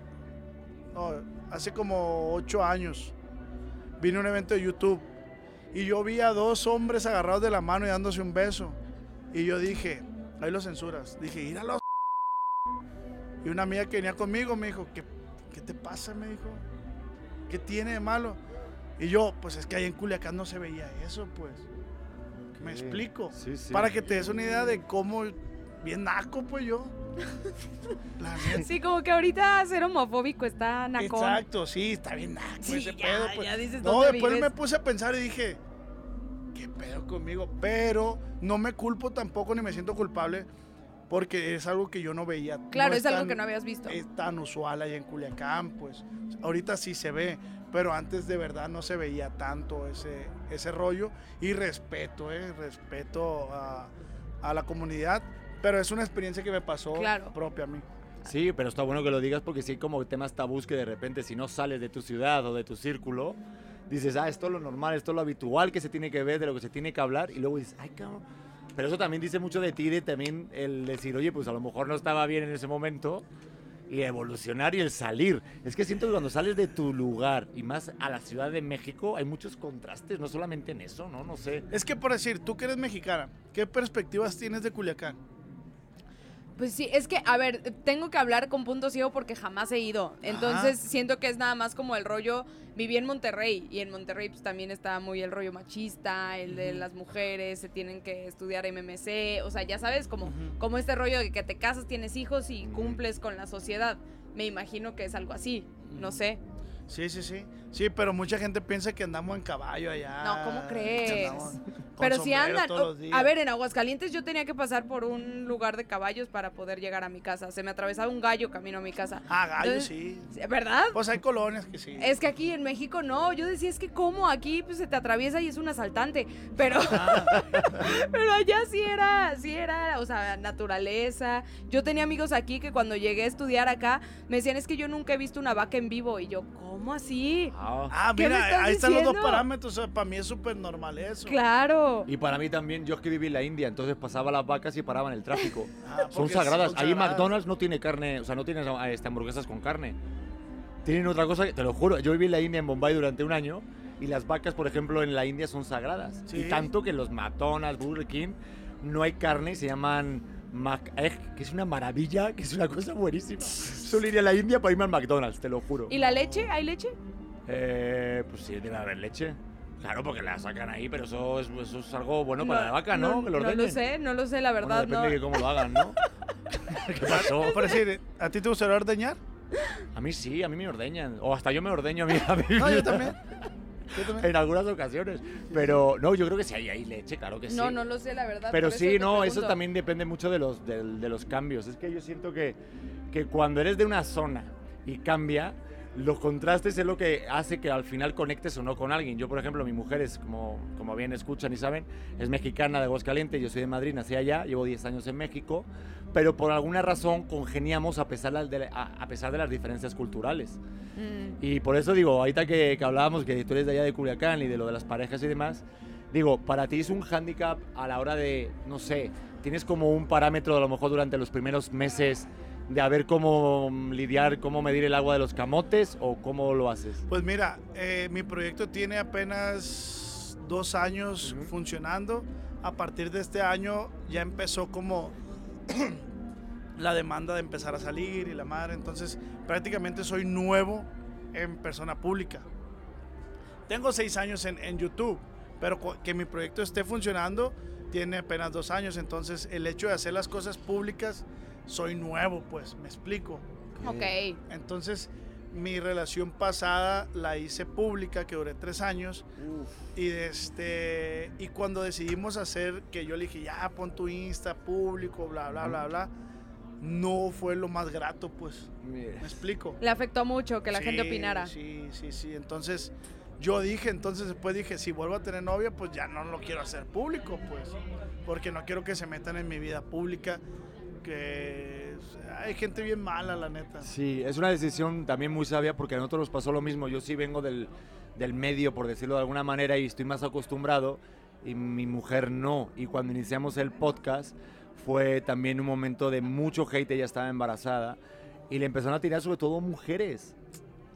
Speaker 3: no, hace como ocho años. Vine a un evento de YouTube y yo vi a dos hombres agarrados de la mano y dándose un beso. Y yo dije, ahí lo censuras. Dije, ir a los. (laughs) Y una amiga que venía conmigo me dijo, ¿qué, qué te pasa? Me dijo, ¿qué tiene de malo? Y yo, pues es que ahí en Culiacán no se veía eso, pues. ¿Me
Speaker 1: Ok.
Speaker 3: explico?
Speaker 1: Sí, sí.
Speaker 3: Para que te des una idea de cómo bien naco,
Speaker 1: (laughs)
Speaker 3: pues yo. La neta.
Speaker 2: Sí, como que ahorita ser homofóbico está nacón.
Speaker 3: Exacto, sí, está bien naco
Speaker 2: Sí,
Speaker 3: ese
Speaker 2: ya,
Speaker 3: pedo, pues.
Speaker 2: ya dices
Speaker 3: no,
Speaker 2: dónde
Speaker 3: después
Speaker 2: vives.
Speaker 3: me puse a pensar y dije, qué pedo conmigo, pero no me culpo tampoco ni me siento culpable porque es algo que yo no veía.
Speaker 2: Claro,
Speaker 3: No
Speaker 2: es algo
Speaker 3: tan-
Speaker 2: que no habías visto.
Speaker 3: Es tan usual allá en Culiacán, pues. Ahorita sí se ve, pero antes de verdad no se veía tanto ese, ese rollo. Y respeto, eh, respeto a, a la comunidad, pero es una experiencia que me pasó
Speaker 2: Claro.
Speaker 3: propia a mí.
Speaker 1: Sí, pero está bueno que lo digas porque sí hay como temas tabús que de repente si no sales de tu ciudad o de tu círculo, dices, ah, esto es lo normal, esto es lo habitual que se tiene que ver, de lo que se tiene que hablar, y luego dices, ay, cabrón. Pero eso también dice mucho de ti, de también el decir, oye, pues a lo mejor no estaba bien en ese momento, y evolucionar y el salir. Es que siento que cuando sales de tu lugar y más a la Ciudad de México, hay muchos contrastes, no solamente en eso, ¿no? No sé.
Speaker 3: Es que por decir, tú que eres mexicana, ¿qué perspectivas tienes de Culiacán?
Speaker 2: Pues sí, es que, a ver, tengo que hablar con punto ciego porque jamás he ido. Entonces
Speaker 3: Ajá.
Speaker 2: siento que es nada más como el rollo, viví en Monterrey y en Monterrey pues también está muy el rollo machista, el de las mujeres, se tienen que estudiar MMC, o sea, ya sabes, como,
Speaker 3: Ujú.
Speaker 2: como este rollo de que te casas, tienes hijos y
Speaker 1: Ujú.
Speaker 2: cumples con la sociedad. Me imagino que es algo así, no
Speaker 3: Ujú.
Speaker 2: sé.
Speaker 3: Sí, sí, sí. Sí, pero mucha gente piensa que andamos en caballo allá.
Speaker 2: No, ¿cómo
Speaker 3: que
Speaker 2: crees?
Speaker 3: andamos con
Speaker 2: Pero si
Speaker 3: sombrero
Speaker 2: andan,
Speaker 3: todos
Speaker 2: o-
Speaker 3: los días.
Speaker 2: a ver, en Aguascalientes yo tenía que pasar por un lugar de caballos para poder llegar a mi casa. Se me atravesaba un gallo camino a mi casa.
Speaker 3: Ah, gallo,
Speaker 2: Entonces-
Speaker 3: sí.
Speaker 2: ¿Verdad?
Speaker 3: Pues hay colonias que sí.
Speaker 2: Es que aquí en México no, yo decía, es que como aquí pues, se te atraviesa y es un asaltante, pero, (laughs) pero allá sí era, sí era, o sea, naturaleza. Yo tenía amigos aquí que cuando llegué a estudiar acá me decían, es que yo nunca he visto una vaca en vivo y yo, ¿cómo así?
Speaker 1: Ah.
Speaker 3: Ah,
Speaker 2: ¿Qué me
Speaker 3: mira,
Speaker 2: estás
Speaker 3: ahí están los dos
Speaker 2: diciendo?
Speaker 3: parámetros. o sea, para mí es súper normal eso.
Speaker 2: Claro.
Speaker 1: Y para mí también, yo es que viví en la India, entonces pasaba las vacas y paraban el tráfico.
Speaker 3: Ah,
Speaker 1: Son
Speaker 3: porque
Speaker 1: sagradas.
Speaker 3: son
Speaker 1: Ahí
Speaker 3: sagradas.
Speaker 1: McDonald's no tiene carne, o sea, no tiene ah, este, hamburguesas con carne. Tienen otra cosa, que- te lo juro. Yo viví en la India, en Bombay, durante un año. Y las vacas, por ejemplo, en la India son sagradas.
Speaker 3: Sí.
Speaker 1: Y tanto que los McDonald's, Burger King, no hay carne, se llaman Mac Egg, que es una maravilla, que es una cosa buenísima. Solo iría a la India para irme al McDonald's, te lo juro.
Speaker 2: ¿Y la leche? ¿Hay leche?
Speaker 1: Eh, pues sí, debe haber leche. Claro, porque la sacan ahí, pero eso es, eso es algo bueno para la vaca, ¿no? Que lo
Speaker 2: no lo
Speaker 1: ordenen.
Speaker 2: sé, no lo sé, la
Speaker 1: Bueno,
Speaker 2: verdad,
Speaker 1: depende de
Speaker 2: no.
Speaker 1: cómo lo hagan,
Speaker 2: (laughs)
Speaker 1: ¿no? ¿Qué pasó?
Speaker 3: Por decir, ¿a ti te
Speaker 1: (laughs)
Speaker 3: gustaría ordeñar?
Speaker 1: A mí sí, a mí me ordeñan. O hasta yo me ordeño a mí. a mí
Speaker 3: (laughs) No, yo
Speaker 1: mismo.
Speaker 3: también. Yo también.
Speaker 1: En algunas ocasiones. Pero no, yo creo que sí hay ahí leche, claro que sí.
Speaker 2: No, no lo sé, la verdad.
Speaker 1: Pero
Speaker 2: por
Speaker 1: sí,
Speaker 2: te
Speaker 1: no, eso
Speaker 2: pregunto.
Speaker 1: también depende mucho de los, del- de los cambios. Es que yo siento que, que cuando eres de una zona y cambia, los contrastes es lo que hace que al final conectes o no con alguien. Yo, por ejemplo, mi mujer es, como, como bien escuchan y saben, es mexicana de Aguascalientes, yo soy de Madrid, nací allá, llevo 10 años en México, pero por alguna razón congeniamos a pesar la- de, a- a pesar de las diferencias culturales.
Speaker 2: Mm.
Speaker 1: Y por eso digo, ahorita que, que hablábamos que tú eres de allá de Culiacán y de lo de las parejas y demás, digo, para ti es un hándicap a la hora de, no sé, tienes como un parámetro a lo mejor durante los primeros meses de a ver cómo lidiar, cómo medir el agua de los camotes o cómo lo haces.
Speaker 3: Pues mira, eh, mi proyecto tiene apenas dos años
Speaker 1: Ujú.
Speaker 3: funcionando. A partir de este año ya empezó como (clears throat) la demanda de empezar a salir y la madre. Entonces prácticamente soy nuevo en persona pública. Tengo seis años en, en YouTube, pero cu- que mi proyecto esté funcionando tiene apenas dos años. Entonces el hecho de hacer las cosas públicas, soy nuevo, pues me explico.
Speaker 2: Ok.
Speaker 3: Entonces, mi relación pasada la hice pública, que duré tres años. Y, de este, y cuando decidimos hacer, que yo le dije, ya, pon tu Insta público, bla, bla, bla, bla, no fue lo más grato, pues.
Speaker 1: Mira.
Speaker 3: ¿Me explico?
Speaker 2: Le afectó mucho que la gente
Speaker 3: Sí,
Speaker 2: opinara.
Speaker 3: Sí, sí, sí. Entonces, yo dije, entonces después dije, si vuelvo a tener novia, pues ya no lo quiero hacer público, pues. Porque no quiero que se metan en mi vida pública. Que hay gente bien mala, la neta.
Speaker 1: Sí, es una decisión también muy sabia porque a nosotros nos pasó lo mismo. Yo sí vengo del, del medio, por decirlo de alguna manera, y estoy más acostumbrado y mi mujer no. Y cuando iniciamos el podcast fue también un momento de mucho hate, ella estaba embarazada y le empezaron a tirar sobre todo mujeres.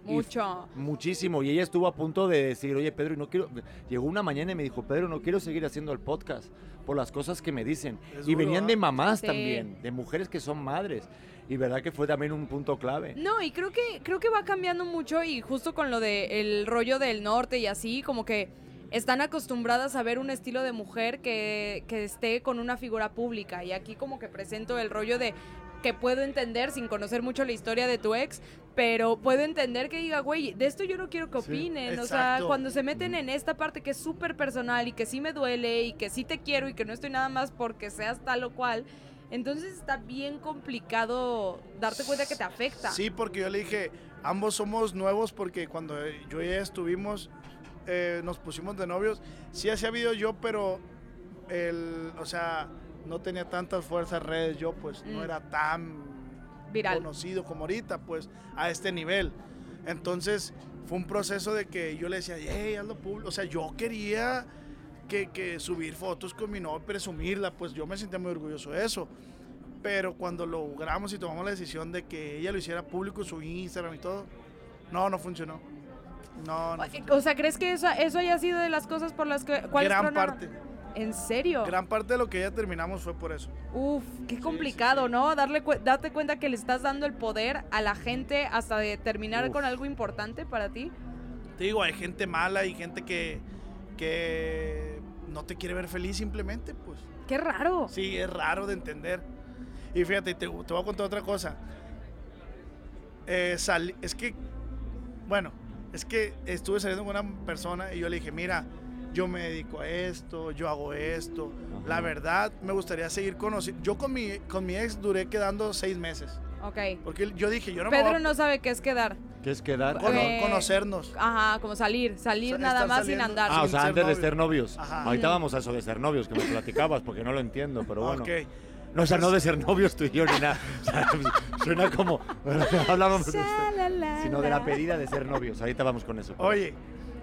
Speaker 1: Y
Speaker 2: Mucho.
Speaker 1: Muchísimo. Y ella estuvo a punto de decir, oye, Pedro, y no quiero. Llegó una mañana y me dijo, Pedro, no quiero seguir haciendo el podcast por las cosas que me dicen.
Speaker 3: Es
Speaker 1: y
Speaker 3: duro,
Speaker 1: venían
Speaker 3: ¿ah?
Speaker 1: de mamás
Speaker 2: Sí.
Speaker 1: también, de mujeres que son madres. Y verdad que fue también un punto clave.
Speaker 2: No, y creo que, creo que va cambiando mucho y justo con lo del rollo del norte y así, como que están acostumbradas a ver un estilo de mujer que, que esté con una figura pública. Y aquí como que presento el rollo de que puedo entender sin conocer mucho la historia de tu ex, pero puedo entender que diga, güey, de esto yo no quiero que
Speaker 1: Sí,
Speaker 2: opinen. o sea,
Speaker 3: exacto.
Speaker 2: cuando se meten en esta parte que es súper personal y que sí me duele y que sí te quiero y que no estoy nada más porque seas tal o cual. Entonces está bien complicado darte cuenta que te afecta.
Speaker 3: Sí, porque yo le dije, ambos somos nuevos porque cuando eh, yo y ella estuvimos, eh, nos pusimos de novios. Sí hacía video yo, pero el, o sea, no tenía tantas fuerzas redes yo, pues no
Speaker 2: Mm.
Speaker 3: era tan
Speaker 2: Viral.
Speaker 3: conocido como ahorita, pues a este nivel. Entonces fue un proceso de que yo le decía, hey, hazlo público. O sea, yo quería que, que subir fotos con mi novia, presumirla, pues yo me sentía muy orgulloso de eso. Pero cuando logramos y tomamos la decisión de que ella lo hiciera público, su Instagram y todo, no, no funcionó. No, no.
Speaker 2: O sea, ¿crees que eso, eso haya sido de las cosas por las que... ¿cuáles
Speaker 3: Gran
Speaker 2: fueron?
Speaker 3: parte,
Speaker 2: ¿En serio?
Speaker 3: gran parte de lo que ya terminamos fue por eso.
Speaker 2: Uf, qué complicado, ¿no? Darle cu- darte cuenta que le estás dando el poder a la gente hasta de terminar
Speaker 1: Uf.
Speaker 2: con algo importante para ti.
Speaker 3: Te digo, hay gente mala y gente que, que no te quiere ver feliz simplemente, pues.
Speaker 2: Qué raro.
Speaker 3: Sí, es raro de entender. Y fíjate, te, te voy a contar otra cosa. Eh, sal- es que, bueno, es que estuve saliendo con una persona y yo le dije, mira, yo me dedico a esto, yo hago esto.
Speaker 1: Ajá.
Speaker 3: La verdad, me gustaría seguir conociendo. Yo con mi, con mi ex duré quedando seis meses.
Speaker 2: Ok.
Speaker 3: Porque yo dije, yo no me voy
Speaker 2: Pedro
Speaker 3: a
Speaker 2: no sabe qué es quedar.
Speaker 1: ¿Qué es quedar?
Speaker 3: cono-
Speaker 2: Eh,
Speaker 3: conocernos.
Speaker 2: Ajá, como salir, salir
Speaker 3: Sa-
Speaker 2: nada
Speaker 3: estar
Speaker 2: más
Speaker 3: saliendo.
Speaker 2: sin andar.
Speaker 1: Ah, o (laughs)
Speaker 3: sin
Speaker 1: sea,
Speaker 3: ser
Speaker 1: antes de
Speaker 3: novio.
Speaker 1: ser novios.
Speaker 3: Ajá.
Speaker 1: Ahorita vamos a eso de ser novios, que me platicabas, porque no lo entiendo, pero bueno.
Speaker 3: Ah, Ok.
Speaker 1: No, o sea, no de ser novios tú y yo ni nada. O sea, (laughs) pues, suena como. (laughs) Hablábamos de
Speaker 2: Sha, la, la,
Speaker 1: Sino de la
Speaker 2: la.
Speaker 1: pedida de ser novios. Ahorita vamos con eso.
Speaker 3: Oye,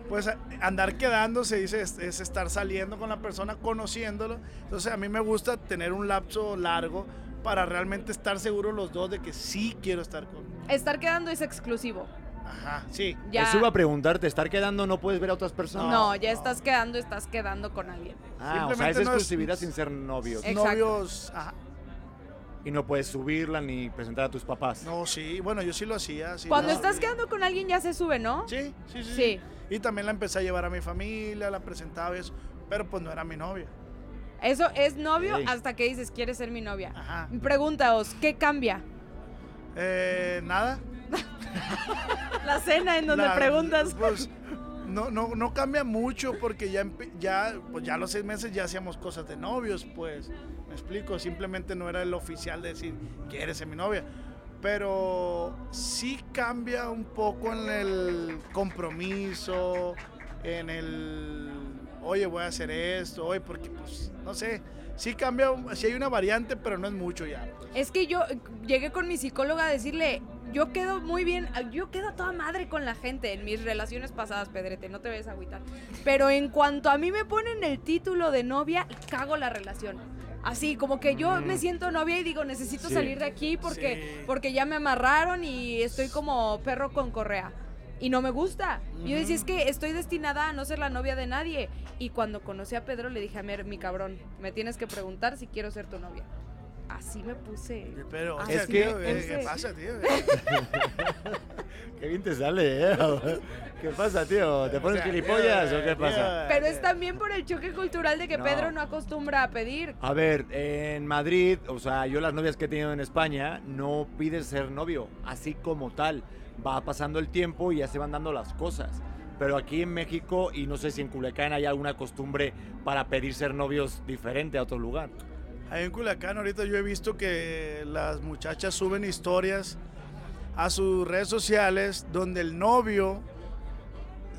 Speaker 3: pues a- andar quedando se dice es, es estar saliendo con la persona, conociéndolo. Entonces a mí me gusta tener un lapso largo para realmente estar seguros los dos de que sí quiero estar con.
Speaker 2: Estar quedando es exclusivo.
Speaker 3: Ajá, sí.
Speaker 2: Ya.
Speaker 1: Eso iba a preguntarte, ¿estar quedando no puedes ver a otras personas?
Speaker 2: no, ya
Speaker 3: no.
Speaker 2: estás quedando, estás quedando con alguien.
Speaker 1: Ah, o sea, es
Speaker 3: Simplemente no es-
Speaker 1: exclusividad sin ser novios.
Speaker 2: Exacto.
Speaker 3: Novios, ajá.
Speaker 1: Y no puedes subirla ni presentar a tus papás.
Speaker 3: No, sí. Bueno, yo sí lo hacía. sí
Speaker 2: Cuando
Speaker 3: lo
Speaker 2: estás
Speaker 3: hacía.
Speaker 2: quedando con alguien ya se sube, ¿no?
Speaker 3: Sí, sí, sí,
Speaker 2: Sí.
Speaker 3: sí. Y también la empecé a llevar a mi familia, la presentaba y eso, pero pues no era mi novia.
Speaker 2: Eso es novio
Speaker 1: Sí.
Speaker 2: hasta que dices, ¿quieres ser mi novia?
Speaker 3: Ajá.
Speaker 2: Pregúntaos, ¿qué cambia?
Speaker 3: Eh, nada.
Speaker 2: La cena en donde
Speaker 3: La-
Speaker 2: preguntas.
Speaker 3: pues, no, no, no cambia mucho porque ya, empe- ya, pues ya a los seis meses ya hacíamos cosas de novios, pues. Me explico, simplemente no era el oficial de decir, ¿quieres ser mi novia? Pero sí cambia un poco en el compromiso, en el, oye, voy a hacer esto, oye, porque, pues, no sé. Sí cambia, un- sí hay una variante, pero no es mucho ya.
Speaker 2: Es que yo eh, llegué con mi psicóloga a decirle, yo quedo muy bien, ah, yo quedo a toda madre con la gente en mis relaciones pasadas, Pedrete, no te vayas a agüitar. Pero en cuanto a mí me ponen el título de novia, cago la relación. Así, como que yo
Speaker 1: Mm.
Speaker 2: me siento novia y digo, necesito
Speaker 1: Sí.
Speaker 2: salir de aquí porque,
Speaker 3: Sí.
Speaker 2: porque ya me amarraron y estoy como perro con correa. Y no me gusta. Y Yo decía, es que estoy destinada a no ser la novia de nadie. Y cuando conocí a Pedro le dije, a ver, mi cabrón, me tienes que preguntar si quiero ser tu novia. Así me puse.
Speaker 3: Pero,
Speaker 2: Ah,
Speaker 3: hostia,
Speaker 1: es que-
Speaker 3: tío, eh,
Speaker 2: es-
Speaker 3: ¿qué pasa, tío?
Speaker 1: Qué bien te sale, ¿eh? (laughs) ¿Qué pasa, tío? ¿Te pones
Speaker 3: O sea,
Speaker 1: gilipollas
Speaker 3: tío,
Speaker 1: o qué pasa?
Speaker 3: tío,
Speaker 2: Pero es también por el choque cultural de que
Speaker 1: No.
Speaker 2: Pedro no acostumbra a pedir.
Speaker 1: A ver, en Madrid, o sea, yo las novias que he tenido en España, no pides ser novio, así como tal. Va pasando el tiempo y ya se van dando las cosas. Pero aquí en México, y no sé si en Culiacán hay alguna costumbre para pedir ser novios diferente a otro lugar.
Speaker 3: Ahí en Culiacán ahorita yo he visto que las muchachas suben historias a sus redes sociales donde el novio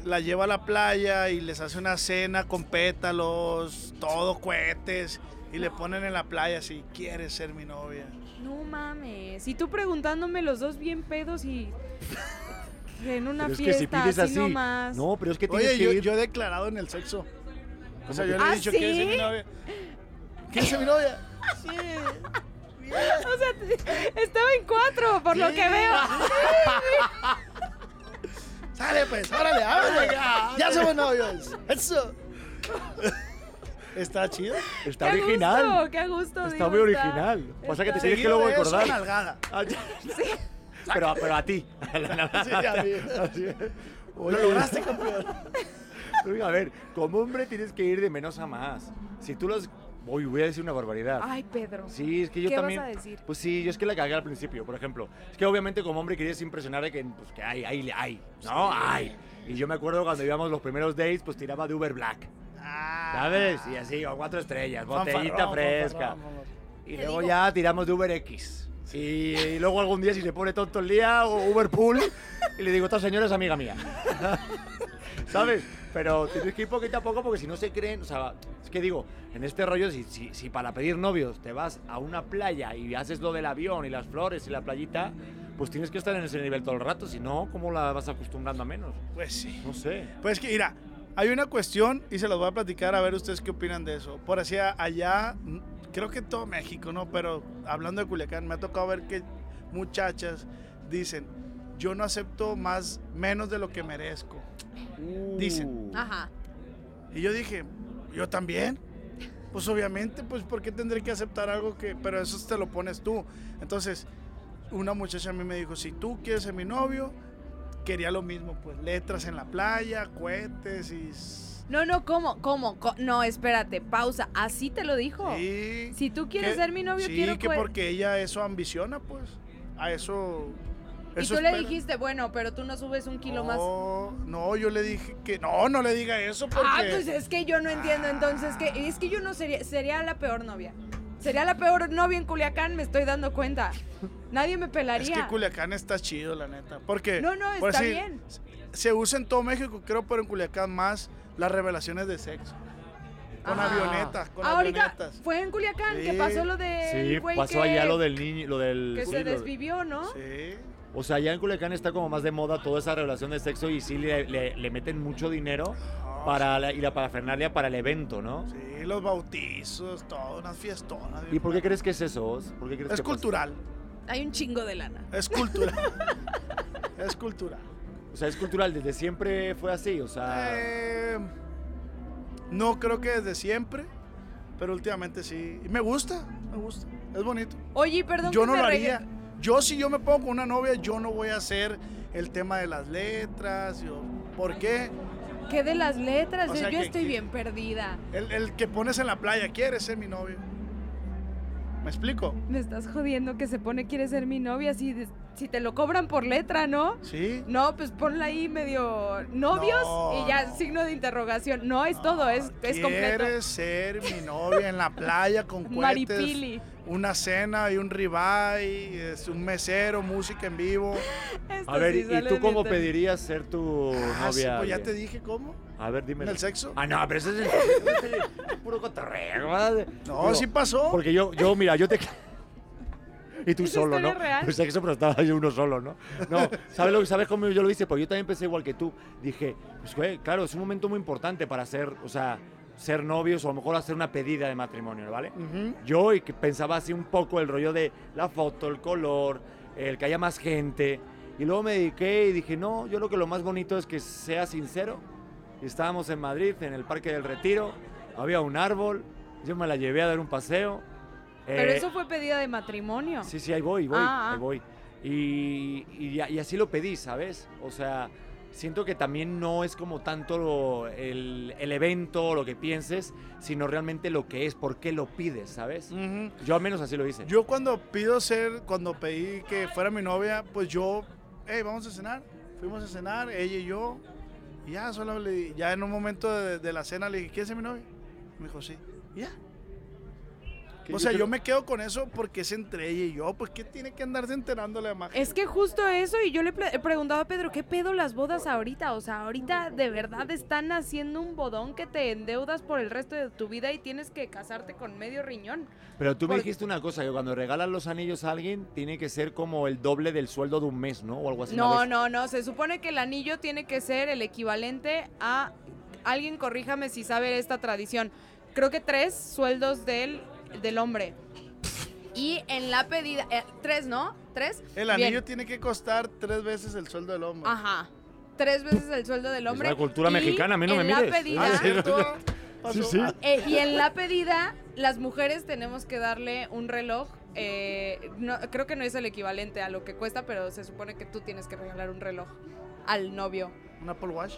Speaker 3: la lleva a la playa y les hace una cena con pétalos, todo cohetes y le ponen en la playa si quieres ser mi novia.
Speaker 2: No mames. Y tú preguntándome los dos bien pedos y. En una
Speaker 1: Pero es que si
Speaker 2: fiesta,
Speaker 1: pides
Speaker 2: así
Speaker 1: así.
Speaker 2: nomás. (laughs)
Speaker 1: No, pero es que tienes
Speaker 3: Oye,
Speaker 1: que
Speaker 3: yo,
Speaker 1: ir.
Speaker 3: yo he declarado en el sexo. O
Speaker 1: ¿Cómo
Speaker 3: sea, yo
Speaker 1: que-
Speaker 3: le he
Speaker 2: ¿Ah,
Speaker 3: dicho, ¿quieres ser
Speaker 2: sí?
Speaker 3: mi novia? ¿Quieres ser mi novia?
Speaker 2: Estaba en cuatro, por lo que veo.
Speaker 3: Dale, pues, órale, ábrele. Ya somos novios.
Speaker 1: (laughs)
Speaker 3: Eso. Está chido.
Speaker 1: Está
Speaker 2: qué a
Speaker 1: original.
Speaker 2: Gusto, qué a gusto,
Speaker 1: Está
Speaker 2: digo,
Speaker 1: muy original. Pasa que te tienes
Speaker 2: está-
Speaker 1: que
Speaker 3: Seguido
Speaker 1: luego
Speaker 3: de eso,
Speaker 1: recordar. (laughs)
Speaker 3: nalgada.
Speaker 1: Ah, ya.
Speaker 2: Sí.
Speaker 1: Pero, pero a ti. (laughs)
Speaker 3: Sí, a mí.
Speaker 1: Así es.
Speaker 3: Lo
Speaker 1: Oye,
Speaker 3: lograste, campeón.
Speaker 1: oiga, a ver, como hombre tienes que ir de menos a más. Si tú los... Uy, voy a decir una barbaridad.
Speaker 2: Ay, Pedro.
Speaker 1: Sí, es que yo
Speaker 2: ¿Qué
Speaker 1: también.
Speaker 2: vas a decir?
Speaker 1: Pues sí, yo es que la cagué al principio, por ejemplo. Es que obviamente como hombre querías impresionar de que, pues, que hay, hay, hay. No, hay. Y yo me acuerdo cuando íbamos los primeros dates, pues tiraba de Uber Black.
Speaker 2: Ah.
Speaker 1: ¿Sabes? Y así, o cuatro estrellas, botellita
Speaker 3: Ah, Fanfarrón,
Speaker 1: fresca.
Speaker 3: fanfarrón, amor.
Speaker 1: Y
Speaker 2: Te
Speaker 1: luego
Speaker 2: digo.
Speaker 1: ya tiramos de Uber X. Y, y luego algún día, si se pone tonto el día, o Uber Pool, y le digo, esta señora es amiga
Speaker 2: (laughs)
Speaker 1: mía. ¿Sabes? Pero tienes que ir poquito a poco porque si no se creen, o sea, es que digo, en este rollo, si, si, si para pedir novios te vas a una playa y haces lo del avión y las flores y la playita, pues tienes que estar en ese nivel todo el rato, si no, ¿cómo la vas acostumbrando a menos?
Speaker 3: Pues sí.
Speaker 1: No sé.
Speaker 3: Pues que, mira, hay una cuestión y se las voy a platicar a ver ustedes qué opinan de eso. Por hacia allá, n- creo que en todo México, ¿no? Pero hablando de Culiacán, me ha tocado ver que muchachas dicen, yo no acepto más, menos de lo que merezco.
Speaker 2: Uh.
Speaker 3: Dicen.
Speaker 2: Ajá.
Speaker 3: Y yo dije, yo también. Pues obviamente, pues ¿por qué tendré que aceptar algo que... Pero eso te lo pones tú. Entonces, una muchacha a mí me dijo, si tú quieres ser mi novio, quería lo mismo, pues letras en la playa, cohetes y... s-
Speaker 2: No, no, ¿cómo? ¿Cómo? Co- No, espérate, pausa. Así te lo dijo.
Speaker 3: Sí.
Speaker 2: Si tú quieres
Speaker 3: Que-
Speaker 2: ser mi novio,
Speaker 3: sí,
Speaker 2: quiero
Speaker 3: que
Speaker 2: cue-
Speaker 3: porque ella eso ambiciona, pues. A eso...
Speaker 2: Y
Speaker 3: eso
Speaker 2: tú le
Speaker 3: espera.
Speaker 2: dijiste, bueno, pero tú no subes un kilo más.
Speaker 3: No, no, yo le dije que no, no le diga eso porque...
Speaker 2: Ah, pues es que yo no entiendo entonces que es que yo no sería sería la peor novia. Sería la peor novia en Culiacán, me estoy dando cuenta. Nadie me pelaría.
Speaker 3: Es que Pues Culiacán está chido, la neta. Porque.
Speaker 2: No, no,
Speaker 3: por
Speaker 2: está
Speaker 3: decir,
Speaker 2: bien.
Speaker 3: Se usa en todo México, creo, pero en Culiacán más las revelaciones de sexo. Con
Speaker 2: Ah.
Speaker 3: avionetas, con
Speaker 2: Ah, Ahorita
Speaker 3: avionetas.
Speaker 2: fue en Culiacán que
Speaker 3: Sí.
Speaker 2: pasó lo de
Speaker 1: Sí, pasó allá lo del niño, lo del...
Speaker 2: que
Speaker 1: sí,
Speaker 2: se
Speaker 1: lo-
Speaker 2: desvivió, ¿no?
Speaker 3: Sí.
Speaker 1: O sea, ya en Culiacán está como más de moda toda esa relación de sexo y sí le, le- le meten mucho dinero
Speaker 3: No,
Speaker 1: para la, y la parafernalia para el evento, ¿no?
Speaker 3: Sí, los bautizos, todo, unas fiestonas.
Speaker 1: ¿Y por qué crees que es eso? Oz? ¿Por qué crees
Speaker 3: Es
Speaker 1: que pasa?
Speaker 3: cultural.
Speaker 2: Hay un chingo de lana.
Speaker 3: Es cultural. (laughs) es cultural.
Speaker 1: O sea, es cultural, desde siempre fue así, o sea...
Speaker 3: Eh, no creo que desde siempre, pero últimamente sí. Y me gusta, me gusta. Es bonito.
Speaker 2: Oye, perdón
Speaker 3: Yo
Speaker 2: que
Speaker 3: no
Speaker 2: me
Speaker 3: lo
Speaker 2: regrese.
Speaker 3: haría. Yo si yo me pongo con una novia, yo no voy a hacer el tema de las letras. Yo, ¿Por qué?
Speaker 2: ¿Qué de las letras?
Speaker 3: O
Speaker 2: Yo-
Speaker 3: sea,
Speaker 2: yo
Speaker 3: que-
Speaker 2: estoy
Speaker 3: que-
Speaker 2: bien perdida.
Speaker 3: El, el que pones en la playa quiere ser mi novio. ¿Me explico?
Speaker 2: Me estás jodiendo que se pone quiere ser mi novia si, des- si te lo cobran por letra, ¿no?
Speaker 3: Sí.
Speaker 2: No, pues ponla ahí medio novios
Speaker 3: No,
Speaker 2: y ya
Speaker 3: no.
Speaker 2: signo de interrogación. No, es todo, es, es completo.
Speaker 3: Quieres ser mi novia en la playa
Speaker 2: (laughs)
Speaker 3: con cohetes,
Speaker 2: Maripili.
Speaker 3: una cena y un ribeye, es un mesero, música en vivo.
Speaker 2: Esto
Speaker 1: a ver,
Speaker 3: este
Speaker 2: sí
Speaker 1: ¿y- ¿y
Speaker 2: sale
Speaker 1: tú
Speaker 2: de
Speaker 1: cómo
Speaker 2: mi inter-
Speaker 1: pedirías ser tu
Speaker 3: Ah, sí,
Speaker 1: novia?
Speaker 3: pues ya
Speaker 1: alguien?
Speaker 3: te dije cómo.
Speaker 1: A ver,
Speaker 3: ¿En
Speaker 1: dime.
Speaker 3: el sexo?
Speaker 1: Ah, no, pero (laughs) eso es, ese es puro cotorreo. ¿verdad?
Speaker 3: No,
Speaker 1: Digo,
Speaker 3: sí pasó.
Speaker 1: Porque yo, yo, mira,
Speaker 2: (laughs)
Speaker 1: yo te... Y tú
Speaker 2: ¿Es
Speaker 1: solo,
Speaker 2: historia
Speaker 1: ¿no?
Speaker 2: real?
Speaker 1: Pues sexo, pero estaba yo uno solo, ¿no? No, ¿sabes, lo, que- ¿sabes cómo yo lo hice? Porque yo también pensé igual que tú. Dije, pues, güey, claro, es un momento muy importante para ser, o sea, ser novios o a lo mejor hacer una pedida de matrimonio, ¿vale?
Speaker 3: Ujú.
Speaker 1: Yo y que pensaba así un poco el rollo de la foto, el color, el que haya más gente. Y luego me dediqué y dije, no, yo lo que lo más bonito es que sea sincero. Y estábamos en Madrid, en el Parque del Retiro, había un árbol, yo me la llevé a dar un paseo.
Speaker 2: Pero
Speaker 1: Eh,
Speaker 2: eso fue pedida de matrimonio.
Speaker 1: Sí, sí, ahí voy, voy,
Speaker 2: Ah, ah.
Speaker 1: ahí voy. Y, y a- y así lo pedí, ¿sabes? O sea, siento que también no es como tanto lo- el, el evento, lo que pienses, sino realmente lo que es, por qué lo pides,
Speaker 2: Mm.
Speaker 1: ¿sabes?
Speaker 3: Ujú.
Speaker 1: Yo al menos así lo hice.
Speaker 3: Yo cuando pido ser, cuando pedí que fuera mi novia, pues yo, hey, vamos a cenar. Fuimos a cenar, ella y yo. Y ya, solo le, ya en un momento de, de la cena le dije, ¿quieres ser mi novia? Me dijo, sí. Y ya.
Speaker 1: Que
Speaker 3: O sea,
Speaker 1: creo-
Speaker 3: yo me quedo con eso porque es entre ella y yo. Pues, ¿qué tiene que andarse enterando la imagen?
Speaker 2: Es que justo eso, y yo le pre- preguntaba a Pedro, ¿qué pedo las bodas ahorita? O sea, ahorita de verdad están haciendo un bodón que te endeudas por el resto de tu vida y tienes que casarte con medio riñón.
Speaker 1: Pero tú me
Speaker 2: por-
Speaker 1: dijiste una cosa, que cuando regalas los anillos a alguien, tiene que ser como el doble del sueldo de un mes, ¿no? O algo así. una
Speaker 2: No,
Speaker 1: vez.
Speaker 2: no, no, se supone que el anillo tiene que ser el equivalente a, alguien corríjame si sabe esta tradición, creo que tres sueldos del, del hombre. Y en la pedida, eh, tres, ¿no? ¿Tres?
Speaker 3: El
Speaker 2: Bien. Ah,
Speaker 3: anillo tiene que costar tres veces el sueldo del hombre.
Speaker 2: Ajá. tres veces el sueldo del hombre.
Speaker 4: la cultura
Speaker 2: y
Speaker 4: mexicana, a mí no me
Speaker 2: en la
Speaker 4: mires.
Speaker 2: pedida-
Speaker 4: Ah, sí,
Speaker 3: Pasó. Ah,
Speaker 1: sí.
Speaker 2: Eh, y en la pedida, las mujeres tenemos que darle un reloj. eh, no- creo que no es el equivalente a lo que cuesta, pero se supone que tú tienes que regalar un reloj al novio.
Speaker 3: Un Apple Watch.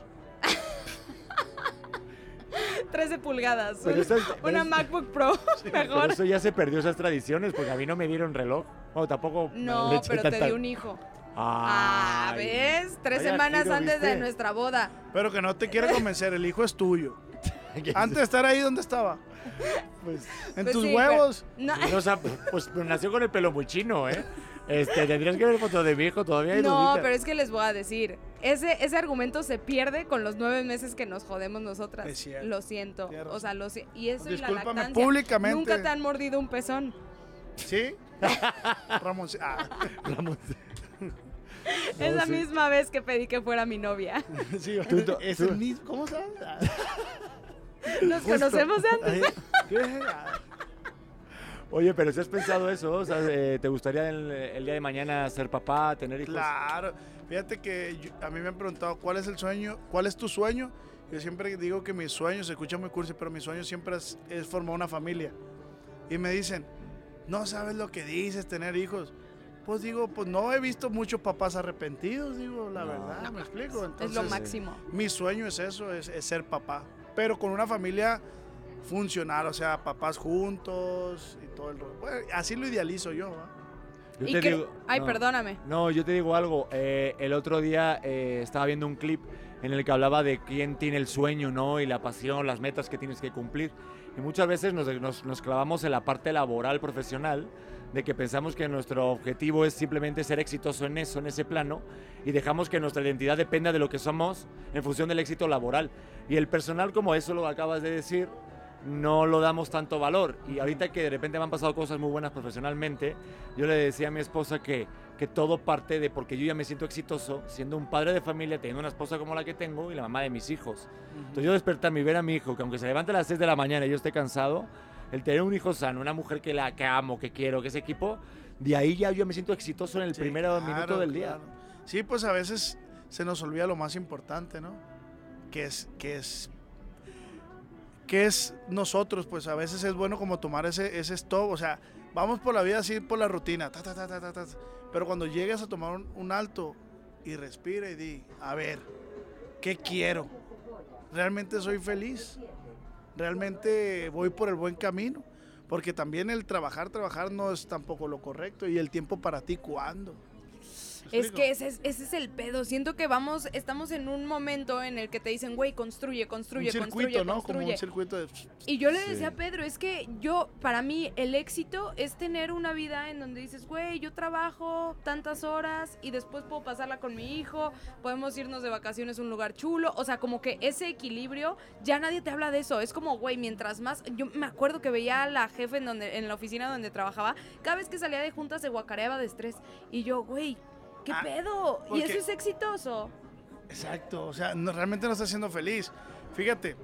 Speaker 2: 13 pulgadas.
Speaker 1: Pero
Speaker 2: un-
Speaker 1: eso es- pero
Speaker 2: (laughs) una
Speaker 1: es-
Speaker 2: MacBook
Speaker 3: (laughs)
Speaker 2: Pro,
Speaker 1: Pero
Speaker 2: (laughs) mejor.
Speaker 1: eso ya se perdió esas tradiciones, porque a mí no me dieron reloj. Bueno, tampoco. me le
Speaker 2: No,
Speaker 1: eché
Speaker 2: pero te
Speaker 1: tanta-
Speaker 2: di un hijo.
Speaker 1: Ah,
Speaker 2: Ah, ¿ves? Tres
Speaker 1: Vaya
Speaker 2: semanas
Speaker 1: giro,
Speaker 2: antes de
Speaker 1: ¿viste?
Speaker 2: nuestra boda.
Speaker 3: Pero que no te quiera convencer, el hijo es
Speaker 1: (laughs)
Speaker 3: tuyo. Antes de estar ahí donde estaba.
Speaker 1: Pues,
Speaker 3: En
Speaker 2: Pues
Speaker 3: tus
Speaker 2: sí, pero-
Speaker 3: huevos.
Speaker 2: No,
Speaker 1: o sea, pues pues, nació con el pelo muy chino, ¿eh? Este, tendrías que ver fotos de mi hijo, todavía hay
Speaker 2: (laughs) no,
Speaker 1: dudita.
Speaker 2: pero es que les voy a decir. Ese, ese argumento se pierde con los nueve meses que nos jodemos nosotras.
Speaker 3: Es cierto.
Speaker 2: Lo siento.
Speaker 3: Tienes
Speaker 2: O sea, lo si- Y eso es la
Speaker 3: Discúlpame
Speaker 2: lactancia.
Speaker 3: públicamente.
Speaker 2: Nunca te han mordido un pezón.
Speaker 3: ¿Sí? Ramón. sí. Ah,
Speaker 1: (laughs) Ramón,
Speaker 2: es la
Speaker 1: sí.
Speaker 2: misma vez que pedí que fuera mi
Speaker 3: (laughs)
Speaker 2: novia.
Speaker 3: sí,
Speaker 1: Tú- tú-
Speaker 3: es
Speaker 1: tú-
Speaker 3: el mismo. ¿Cómo sabes? Ah,
Speaker 2: Nos
Speaker 3: justo.
Speaker 2: conocemos de antes.
Speaker 3: Ahí. ¿Qué? Ah,
Speaker 1: Oye, pero si has pensado eso, o sea, eh, ¿te gustaría el, el día de mañana ser papá, tener hijos?
Speaker 3: Claro. Fíjate que yo- a mí me han preguntado cuál es el sueño, cuál es tu sueño. Yo siempre digo que mi sueño, se escucha muy cursi, pero mi sueño siempre es, es formar una familia. Y me dicen, no sabes lo que dices, tener hijos. Pues digo, pues no he visto muchos papás arrepentidos, digo, la
Speaker 1: No.
Speaker 3: verdad, me explico.
Speaker 2: es lo
Speaker 3: Entonces,
Speaker 2: máximo.
Speaker 3: Mi sueño es eso, es, es ser papá, pero con una familia funcional, o sea, papás juntos y todo el rollo. Bueno, así lo idealizo yo. ¿va?
Speaker 1: Yo
Speaker 2: Y
Speaker 1: te
Speaker 2: que-
Speaker 1: digo-
Speaker 2: Ay,
Speaker 1: no.
Speaker 2: perdóname.
Speaker 1: No, yo te digo algo. eh, el otro día eh, estaba viendo un clip en el que hablaba de quién tiene el sueño, ¿no? Y la pasión, las metas que tienes que cumplir. Y muchas veces nos, nos- nos clavamos en la parte laboral, profesional, de que pensamos que nuestro objetivo es simplemente ser exitoso en eso, en ese plano, y dejamos que nuestra identidad dependa de lo que somos en función del éxito laboral. Y el personal, como eso lo acabas de decir, no lo damos tanto valor. Y ahorita que de repente me han pasado cosas muy buenas profesionalmente, yo le decía a mi esposa que, que todo parte de porque yo ya me siento exitoso siendo un padre de familia, teniendo una esposa como la que tengo y la mamá de mis hijos. Entonces yo despertarme y ver a mi hijo, que aunque se levante a las 6 de la mañana y yo esté cansado, el tener un hijo sano, una mujer que la que amo, que quiero, que ese equipo, de ahí ya yo me siento exitoso en el
Speaker 3: Sí,
Speaker 1: primer
Speaker 3: claro,
Speaker 1: minuto del día.
Speaker 3: claro. Sí, pues a veces se nos olvida lo más importante, ¿no? Que es, que es, que es nosotros, pues a veces es bueno como tomar ese, ese stop, o sea, vamos por la vida así, por la rutina, ta, ta, ta, ta, ta, ta, pero cuando llegues a tomar un, un alto y respira y di, a ver, ¿qué quiero? ¿Realmente soy feliz? ¿Realmente voy por el buen camino? Porque también el trabajar, trabajar no es tampoco lo correcto. ¿Y el tiempo para ti cuándo?
Speaker 2: Es que ese es, ese es el pedo. Siento que vamos, estamos en un momento en el que te dicen, güey, construye, construye,
Speaker 3: un circuito,
Speaker 2: construye,
Speaker 3: ¿no?
Speaker 2: construye.
Speaker 3: Como un circuito de... pues,
Speaker 2: Y yo le
Speaker 1: Sí.
Speaker 2: decía a Pedro, es que yo, para mí, el éxito es tener una vida en donde dices, güey, yo trabajo tantas horas y después puedo pasarla con mi hijo, podemos irnos de vacaciones a un lugar chulo. O sea, como que ese equilibrio, ya nadie te habla de eso. Es como, güey, mientras más. Yo me acuerdo que veía a la jefe en, donde, en la oficina donde trabajaba, cada vez que salía de juntas se guacareaba de estrés. Y yo, güey, ¿qué
Speaker 3: Ah,
Speaker 2: pedo? Y
Speaker 3: porque-
Speaker 2: eso es exitoso.
Speaker 3: Exacto, o sea, no- realmente no está siendo feliz. Fíjate,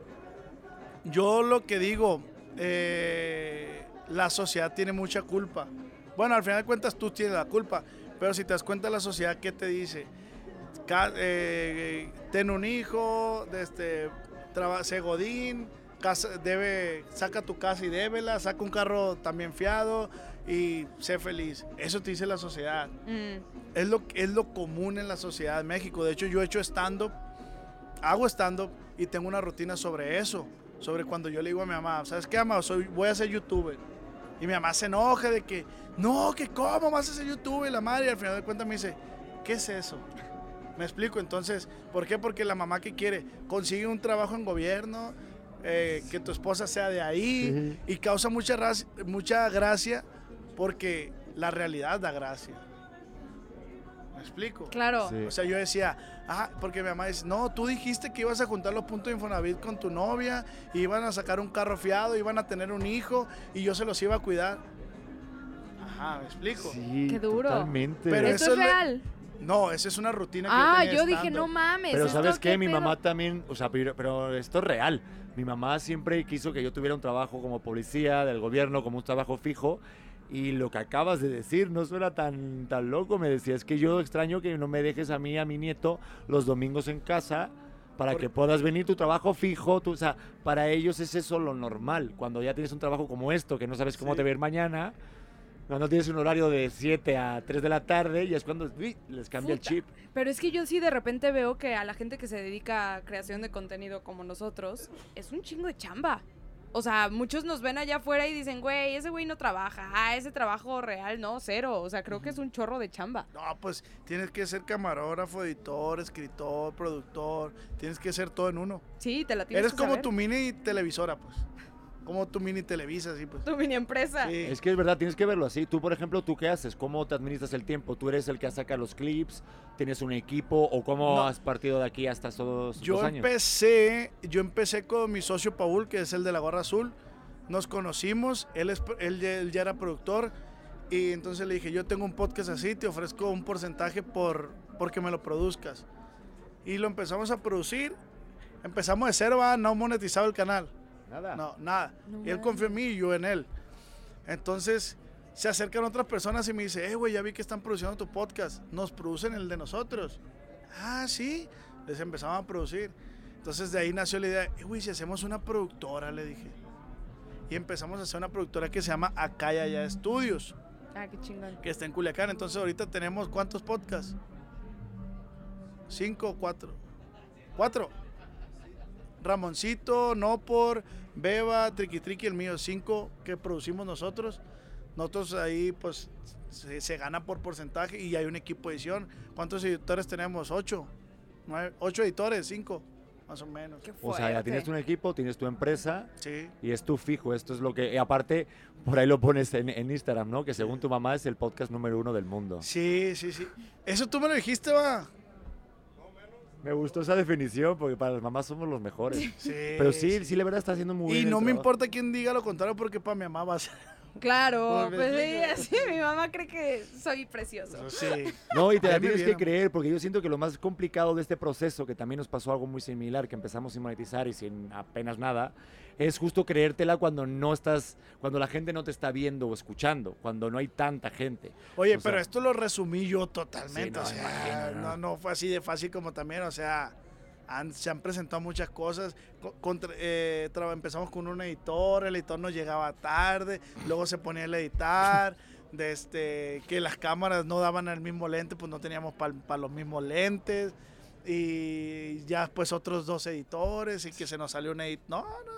Speaker 3: yo lo que digo, eh, la sociedad tiene mucha culpa. Bueno, al final de cuentas tú tienes la culpa, pero si te das cuenta la sociedad, ¿qué te dice? Ca- eh, ten un hijo, de este, traba- sé godín, casa- debe, saca tu casa y débela, saca un carro también fiado y sé feliz. Eso te dice la sociedad.
Speaker 2: Mm.
Speaker 3: Es lo, es lo común en la sociedad de México. De hecho, yo he hecho stand-up, hago stand-up y tengo una rutina sobre eso. Sobre cuando yo le digo a mi mamá, ¿sabes qué, mamá? Soy, voy a ser youtuber. Y mi mamá se enoja de que, no, que cómo vas a ser youtuber. Y la madre, y al final de cuentas me dice, ¿qué es eso? (laughs) Me explico. Entonces, ¿por qué? Porque la mamá que quiere consigue un trabajo en gobierno, eh, que tu esposa sea de ahí, y causa mucha, raz- mucha gracia porque la realidad da gracia. ¿Me explico?
Speaker 2: Claro.
Speaker 1: Sí.
Speaker 3: O sea, yo decía, ah, porque mi mamá dice, no, tú dijiste que ibas a juntar los puntos de Infonavit con tu novia, y iban a sacar un carro fiado, iban a tener un hijo, y yo se los iba a cuidar. Ajá, me explico.
Speaker 1: Sí,
Speaker 2: Qué duro.
Speaker 1: totalmente.
Speaker 3: Pero
Speaker 2: Esto
Speaker 3: eso
Speaker 2: es
Speaker 3: le-
Speaker 2: real.
Speaker 3: No, esa es una rutina que
Speaker 2: Ah,
Speaker 3: yo tenía
Speaker 2: yo
Speaker 3: de
Speaker 2: dije,
Speaker 3: stand-up.
Speaker 2: no mames.
Speaker 1: Pero
Speaker 2: ¿esto
Speaker 1: sabes qué, mi
Speaker 2: pedo?
Speaker 1: mamá también, o sea, pero, pero esto es real. Mi mamá siempre quiso que yo tuviera un trabajo como policía del gobierno, como un trabajo fijo. Y lo que acabas de decir no suena tan, tan loco. Me decía, es que yo extraño que no me dejes a mí, a mi nieto, los domingos en casa para
Speaker 3: Por-
Speaker 1: que puedas venir tu trabajo fijo. tu- o sea, para ellos es eso lo normal. Cuando ya tienes un trabajo como esto, que no sabes cómo
Speaker 3: Sí.
Speaker 1: te ver mañana, cuando tienes un horario de 7 a 3 de la tarde, y es cuando uy, les cambia
Speaker 2: Futa.
Speaker 1: el chip.
Speaker 2: Pero es que yo sí de repente veo que a la gente que se dedica a creación de contenido como nosotros, es un chingo de chamba. O sea, muchos nos ven allá afuera y dicen, güey, ese güey no trabaja, ah, ese trabajo real, no, cero. O sea, creo que es un chorro de chamba.
Speaker 3: No, pues tienes que ser camarógrafo, editor, escritor, productor. Tienes que ser todo en uno.
Speaker 2: Sí, te la tienes
Speaker 3: Eres
Speaker 2: que
Speaker 3: como
Speaker 2: saber.
Speaker 3: tu mini televisora, pues. Como tu mini televisa, así, pues.
Speaker 2: Tu mini empresa.
Speaker 3: Sí.
Speaker 1: Es que es verdad, tienes que verlo así. Tú, por ejemplo, ¿tú qué haces? ¿Cómo te administras el tiempo? ¿Tú eres el que saca los clips? ¿Tienes un equipo? ¿O cómo
Speaker 3: No.
Speaker 1: has partido de aquí hasta estos
Speaker 3: Yo
Speaker 1: dos años?
Speaker 3: empecé, yo empecé con mi socio Paul, que es el de la gorra azul. Nos conocimos, él, es, él, ya- él ya era productor y entonces le dije, yo tengo un podcast así, te ofrezco un porcentaje por porque me lo produzcas. Y lo empezamos a producir, empezamos de cero, ah, no monetizaba el canal,
Speaker 1: Nada.
Speaker 3: no, nada.
Speaker 2: No
Speaker 3: y él confió en mí y yo en él. Entonces se acercan otras personas y me dice, eh, güey, ya vi que están produciendo tu podcast, nos producen el de nosotros. Ah, sí, les empezaban a producir. Entonces de ahí nació la idea, eh, güey, si hacemos una productora, le dije. Y empezamos a hacer una productora que se llama Acá y Allá Estudios,
Speaker 2: Ah, qué chingón.
Speaker 3: que está en Culiacán. Entonces ahorita tenemos cuántos podcasts? ¿Cinco o cuatro? Cuatro. Ramoncito, No por, Beba, Triqui Triqui, el mío, cinco que producimos nosotros. Nosotros ahí pues se, se gana por porcentaje y hay un equipo de edición. ¿Cuántos editores tenemos? Ocho. Nueve- ocho editores, cinco, más o menos.
Speaker 2: Qué
Speaker 1: O sea, ya tienes
Speaker 2: fuerte.
Speaker 1: un equipo, tienes tu empresa
Speaker 3: Sí.
Speaker 1: y es tu fijo. Esto es lo que. y aparte, por ahí lo pones en, en Instagram, ¿no? Que según tu mamá es el podcast número uno del mundo.
Speaker 3: Sí, sí, sí. Eso tú me lo dijiste, va.
Speaker 1: Me gustó esa definición porque para las mamás somos los mejores.
Speaker 3: Sí.
Speaker 1: Pero sí, sí, la verdad está haciendo muy bien.
Speaker 3: Y
Speaker 1: el
Speaker 3: no me
Speaker 1: trabajo.
Speaker 3: importa quién diga lo contrario porque para mi mamá va a ser.
Speaker 2: Claro,
Speaker 3: Por
Speaker 2: pues (laughs) sí,
Speaker 3: vecino.
Speaker 2: así mi mamá cree que soy precioso.
Speaker 1: (laughs)
Speaker 3: Sí.
Speaker 1: No, y te la
Speaker 3: Ahí me
Speaker 1: tienes que
Speaker 3: vieron.
Speaker 1: creer, porque yo siento que lo más complicado de este proceso, que también nos pasó algo muy similar, que empezamos sin monetizar y sin apenas nada, es justo creértela cuando no estás, cuando la gente no te está viendo o escuchando, cuando no hay tanta gente.
Speaker 3: Oye,
Speaker 1: O sea-
Speaker 3: pero esto lo resumí yo
Speaker 1: Sí, no,
Speaker 3: totalmente. o
Speaker 1: me
Speaker 3: sea,
Speaker 1: imagino,
Speaker 3: no,
Speaker 1: ¿no?
Speaker 3: no fue así de fácil como también. O sea, han- se han presentado muchas cosas. Co- contra- eh, tra- empezamos con un editor, el editor nos llegaba tarde, luego se ponía el
Speaker 1: (laughs)
Speaker 3: editar. De este, que las cámaras no daban el mismo lente, pues no teníamos para los mismos lentes. Y ya pues otros dos editores y que se nos salió un edit. No, no,
Speaker 2: No,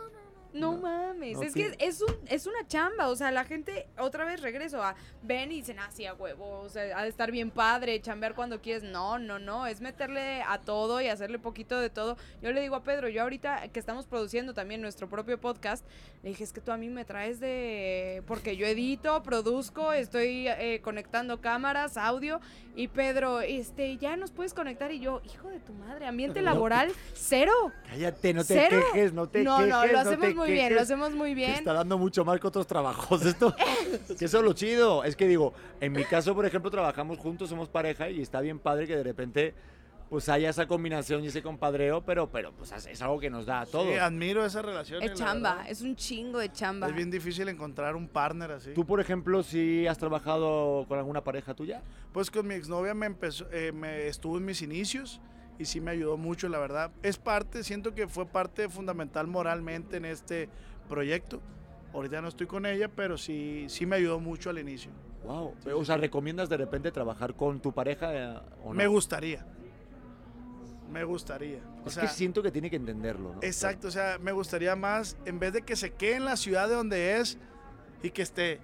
Speaker 1: No,
Speaker 2: mames,
Speaker 1: no
Speaker 2: es
Speaker 1: tiene-
Speaker 2: que es, un, es una chamba, o sea, la gente, otra vez regreso a, ven y dicen, ah, sí, a huevo, o sea, ha de estar bien padre, chambear cuando quieres, no, no, no, es meterle a todo y hacerle poquito de todo. Yo le digo a Pedro, yo ahorita que estamos produciendo también nuestro propio podcast, le dije, es que tú a mí me traes de, porque yo edito, produzco, estoy eh, conectando cámaras, audio, y Pedro, este, ya nos puedes conectar, y yo, hijo de tu madre, ambiente
Speaker 1: No.
Speaker 2: laboral, cero.
Speaker 1: Cállate, no te
Speaker 2: Cero.
Speaker 1: quejes, no te
Speaker 2: No,
Speaker 1: quejes.
Speaker 2: no, lo
Speaker 1: te
Speaker 2: hacemos muy bien, lo
Speaker 1: quejes.
Speaker 2: hacemos muy
Speaker 1: Te
Speaker 2: bien.
Speaker 1: Está dando mucho más que otros trabajos
Speaker 2: (laughs)
Speaker 1: esto. que eso es lo chido. Es que digo, en mi caso, por ejemplo, trabajamos juntos, somos pareja y está bien padre que de repente pues haya esa combinación y ese compadreo, pero, pero pues es algo que nos da a
Speaker 3: no.
Speaker 1: todos.
Speaker 3: Sí, admiro esa relación. eh,
Speaker 2: Es
Speaker 3: la
Speaker 2: chamba,
Speaker 3: verdad.
Speaker 2: es un chingo de chamba.
Speaker 3: Es bien difícil encontrar un partner así.
Speaker 1: ¿Tú, por ejemplo, si has trabajado con alguna pareja tuya?
Speaker 3: Pues con mi exnovia me empezó, eh, me estuvo en mis inicios y sí me ayudó mucho, la verdad. Es parte, siento que fue parte fundamental moralmente en este proyecto. Ahorita no estoy con ella, pero sí, sí me ayudó mucho al inicio.
Speaker 1: Wow. O sea, ¿recomiendas de repente trabajar con tu pareja eh, o no?
Speaker 3: Me gustaría. Me gustaría. O
Speaker 1: Es
Speaker 3: sea,
Speaker 1: que siento que tiene que entenderlo, ¿no?
Speaker 3: Exacto, o sea, me gustaría más, en vez de que se quede en la ciudad de donde es y que esté,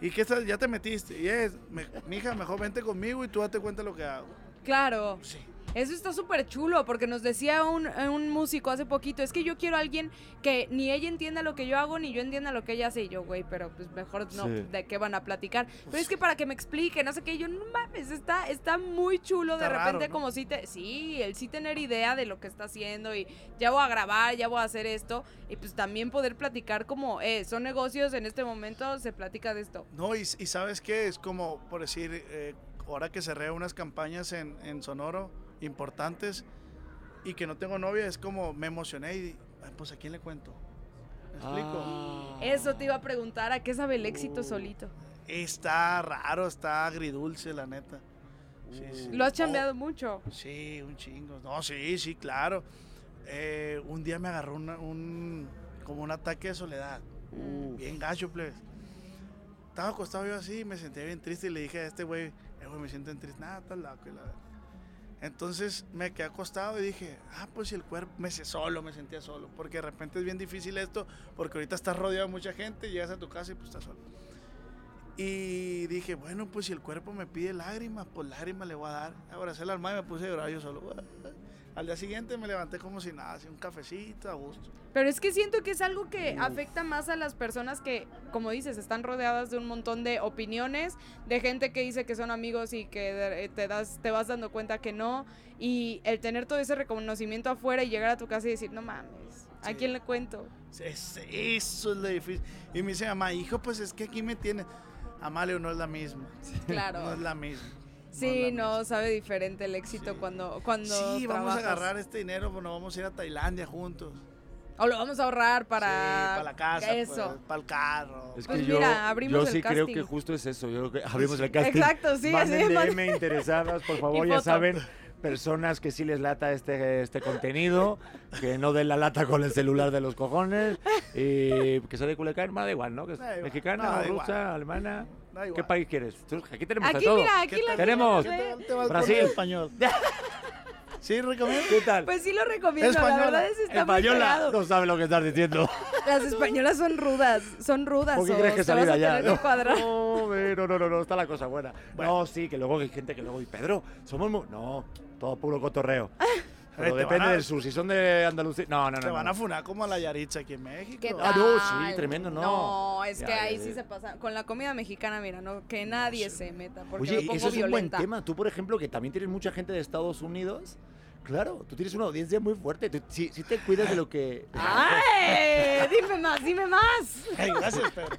Speaker 3: y que esta- ya te metiste, y es, me- mija, mejor vente conmigo y tú date cuenta de lo que hago.
Speaker 2: Claro.
Speaker 3: Sí.
Speaker 2: Eso está súper chulo, porque nos decía un, eh, un músico hace poquito, es que yo quiero a alguien que ni ella entienda lo que yo hago, ni yo entienda lo que ella hace. Y yo, güey, pero pues mejor no,
Speaker 1: Sí.
Speaker 2: ¿de qué van a platicar? Pero es que para que me explique, no sé qué, Y yo, no mames, está, está muy chulo de
Speaker 3: Está raro,
Speaker 2: repente
Speaker 3: ¿no?
Speaker 2: como si te... Sí, el sí tener idea de lo que está haciendo y ya voy a grabar, ya voy a hacer esto. Y pues también poder platicar como, eh, son negocios, en este momento se platica de esto.
Speaker 3: No, y, y sabes qué, es como, por decir, eh, ahora que cerré unas campañas en, en Sonoro importantes y que no tengo novia, es como, me emocioné y, "Ay, pues, ¿a quién le cuento? ¿Me explico?
Speaker 1: Ah.
Speaker 2: Eso te iba a preguntar, ¿a qué sabe el éxito solito?
Speaker 3: Está raro, está agridulce, la neta. Sí, sí.
Speaker 2: Lo has
Speaker 3: Oh,
Speaker 2: chambeado mucho.
Speaker 3: Sí, un chingo. No, sí, sí, claro. Eh, un día me agarró una- un, como un ataque de soledad. Bien gacho, plebes. Estaba acostado yo así, me sentía bien triste y le dije a este güey, eh, güey, me siento bien triste. Nada, estás loco. y la verga. Entonces me quedé acostado y dije, ah, pues si el cuerpo, me sé solo, me sentía solo. Porque de repente es bien difícil esto, porque ahorita estás rodeado de mucha gente, llegas a tu casa y pues estás solo. Y dije, bueno, pues si el cuerpo me pide lágrimas, pues lágrimas le voy a dar. Abracé la alma y me puse a llorar yo solo. (laughs) Al día siguiente me levanté como si nada, así un cafecito a gusto.
Speaker 2: Pero es que siento que es algo que afecta más a las personas que, como dices, están rodeadas de un montón de opiniones, de gente que dice que son amigos y que de- eh, te, das, te vas dando cuenta que no. Y el tener todo ese reconocimiento afuera y llegar a tu casa y decir, no mames, ¿a
Speaker 3: Sí.
Speaker 2: quién le cuento?
Speaker 3: (laughs) Es- eso es lo difícil. Y me dice, mamá, hijo, pues es que aquí me tienes. Amalio no es la misma.
Speaker 2: Claro.
Speaker 3: No es la misma.
Speaker 2: Sí,
Speaker 3: es la
Speaker 2: no,
Speaker 3: misma.
Speaker 2: sabe diferente el éxito
Speaker 3: Sí.
Speaker 2: cuando, cuando
Speaker 3: Sí, vamos a
Speaker 2: trabajas.
Speaker 3: agarrar este dinero, bueno, vamos a ir a Tailandia juntos.
Speaker 2: O lo vamos a ahorrar para...
Speaker 3: Sí, para la casa,
Speaker 2: Eso.
Speaker 3: pues, para el carro.
Speaker 1: Es
Speaker 2: Pues
Speaker 1: que yo,
Speaker 2: mira, abrimos
Speaker 1: yo
Speaker 2: el
Speaker 1: sí creo
Speaker 2: casting.
Speaker 1: que justo es eso. Yo creo que (laughs) abrimos el casting.
Speaker 2: Exacto, sí, así
Speaker 1: Manden
Speaker 2: de mal-
Speaker 1: DM interesadas, por favor,
Speaker 2: (laughs) Y
Speaker 1: ya
Speaker 2: foto.
Speaker 1: saben, personas que sí les lata este, este contenido, que no den la lata con el celular de los cojones, y que sea de Culiacán, más da igual, ¿no? Que es
Speaker 3: Da igual,
Speaker 1: mexicana,
Speaker 3: da
Speaker 1: rusa,
Speaker 3: igual.
Speaker 1: alemana.
Speaker 3: Da igual.
Speaker 1: ¿Qué país quieres? Tú- Aquí tenemos de
Speaker 2: Aquí,
Speaker 1: todo.
Speaker 2: mira,
Speaker 3: pues. ¿Qué
Speaker 2: aquí la
Speaker 3: tal?
Speaker 1: Tenemos.
Speaker 3: ¿Qué tal te vas con
Speaker 1: Brasil.
Speaker 2: (laughs)
Speaker 3: el español? Sí, recomiendo.
Speaker 1: ¿Qué tal?
Speaker 2: Pues sí lo recomiendo, la
Speaker 3: Española.
Speaker 2: verdad es está muy
Speaker 1: Española
Speaker 2: pegado.
Speaker 1: no sabe lo que estás diciendo.
Speaker 2: Las españolas son rudas, son rudas.
Speaker 1: ¿Por qué
Speaker 2: o
Speaker 1: crees que
Speaker 2: te vas
Speaker 1: salí de
Speaker 2: a
Speaker 1: allá?
Speaker 2: tener que
Speaker 1: (laughs)
Speaker 2: cuadrar.
Speaker 1: No, güey, no, no, no, no, está la cosa buena. No, sí, que luego hay gente que luego, y Pedro, somos muy... No, todo puro
Speaker 2: (laughs)
Speaker 1: cotorreo.
Speaker 3: Eh,
Speaker 1: Pero
Speaker 3: te
Speaker 1: depende
Speaker 3: van a-
Speaker 1: del sur, si son de Andalucía... No, no, no.
Speaker 3: Te van
Speaker 1: no.
Speaker 3: a funar como a la Yaritza aquí en México.
Speaker 2: ¿Qué
Speaker 1: Ah, no, sí,
Speaker 2: tal?
Speaker 1: tremendo, no.
Speaker 2: No, es
Speaker 1: Ya,
Speaker 2: que
Speaker 1: ya,
Speaker 2: ahí
Speaker 1: ya.
Speaker 2: sí se pasa. Con la comida mexicana, mira, no, que nadie se meta, porque
Speaker 1: Oye,
Speaker 2: me pongo
Speaker 1: eso es un buen
Speaker 2: violenta.
Speaker 1: tema. Tú, por ejemplo, que también tienes mucha gente de Estados Unidos... Claro, tú tienes una audiencia muy fuerte. Tú, sí, sí te cuidas de lo
Speaker 2: (laughs)
Speaker 1: que...
Speaker 2: ¡Ay! Dime más, dime más.
Speaker 3: Ay, gracias, Pedro.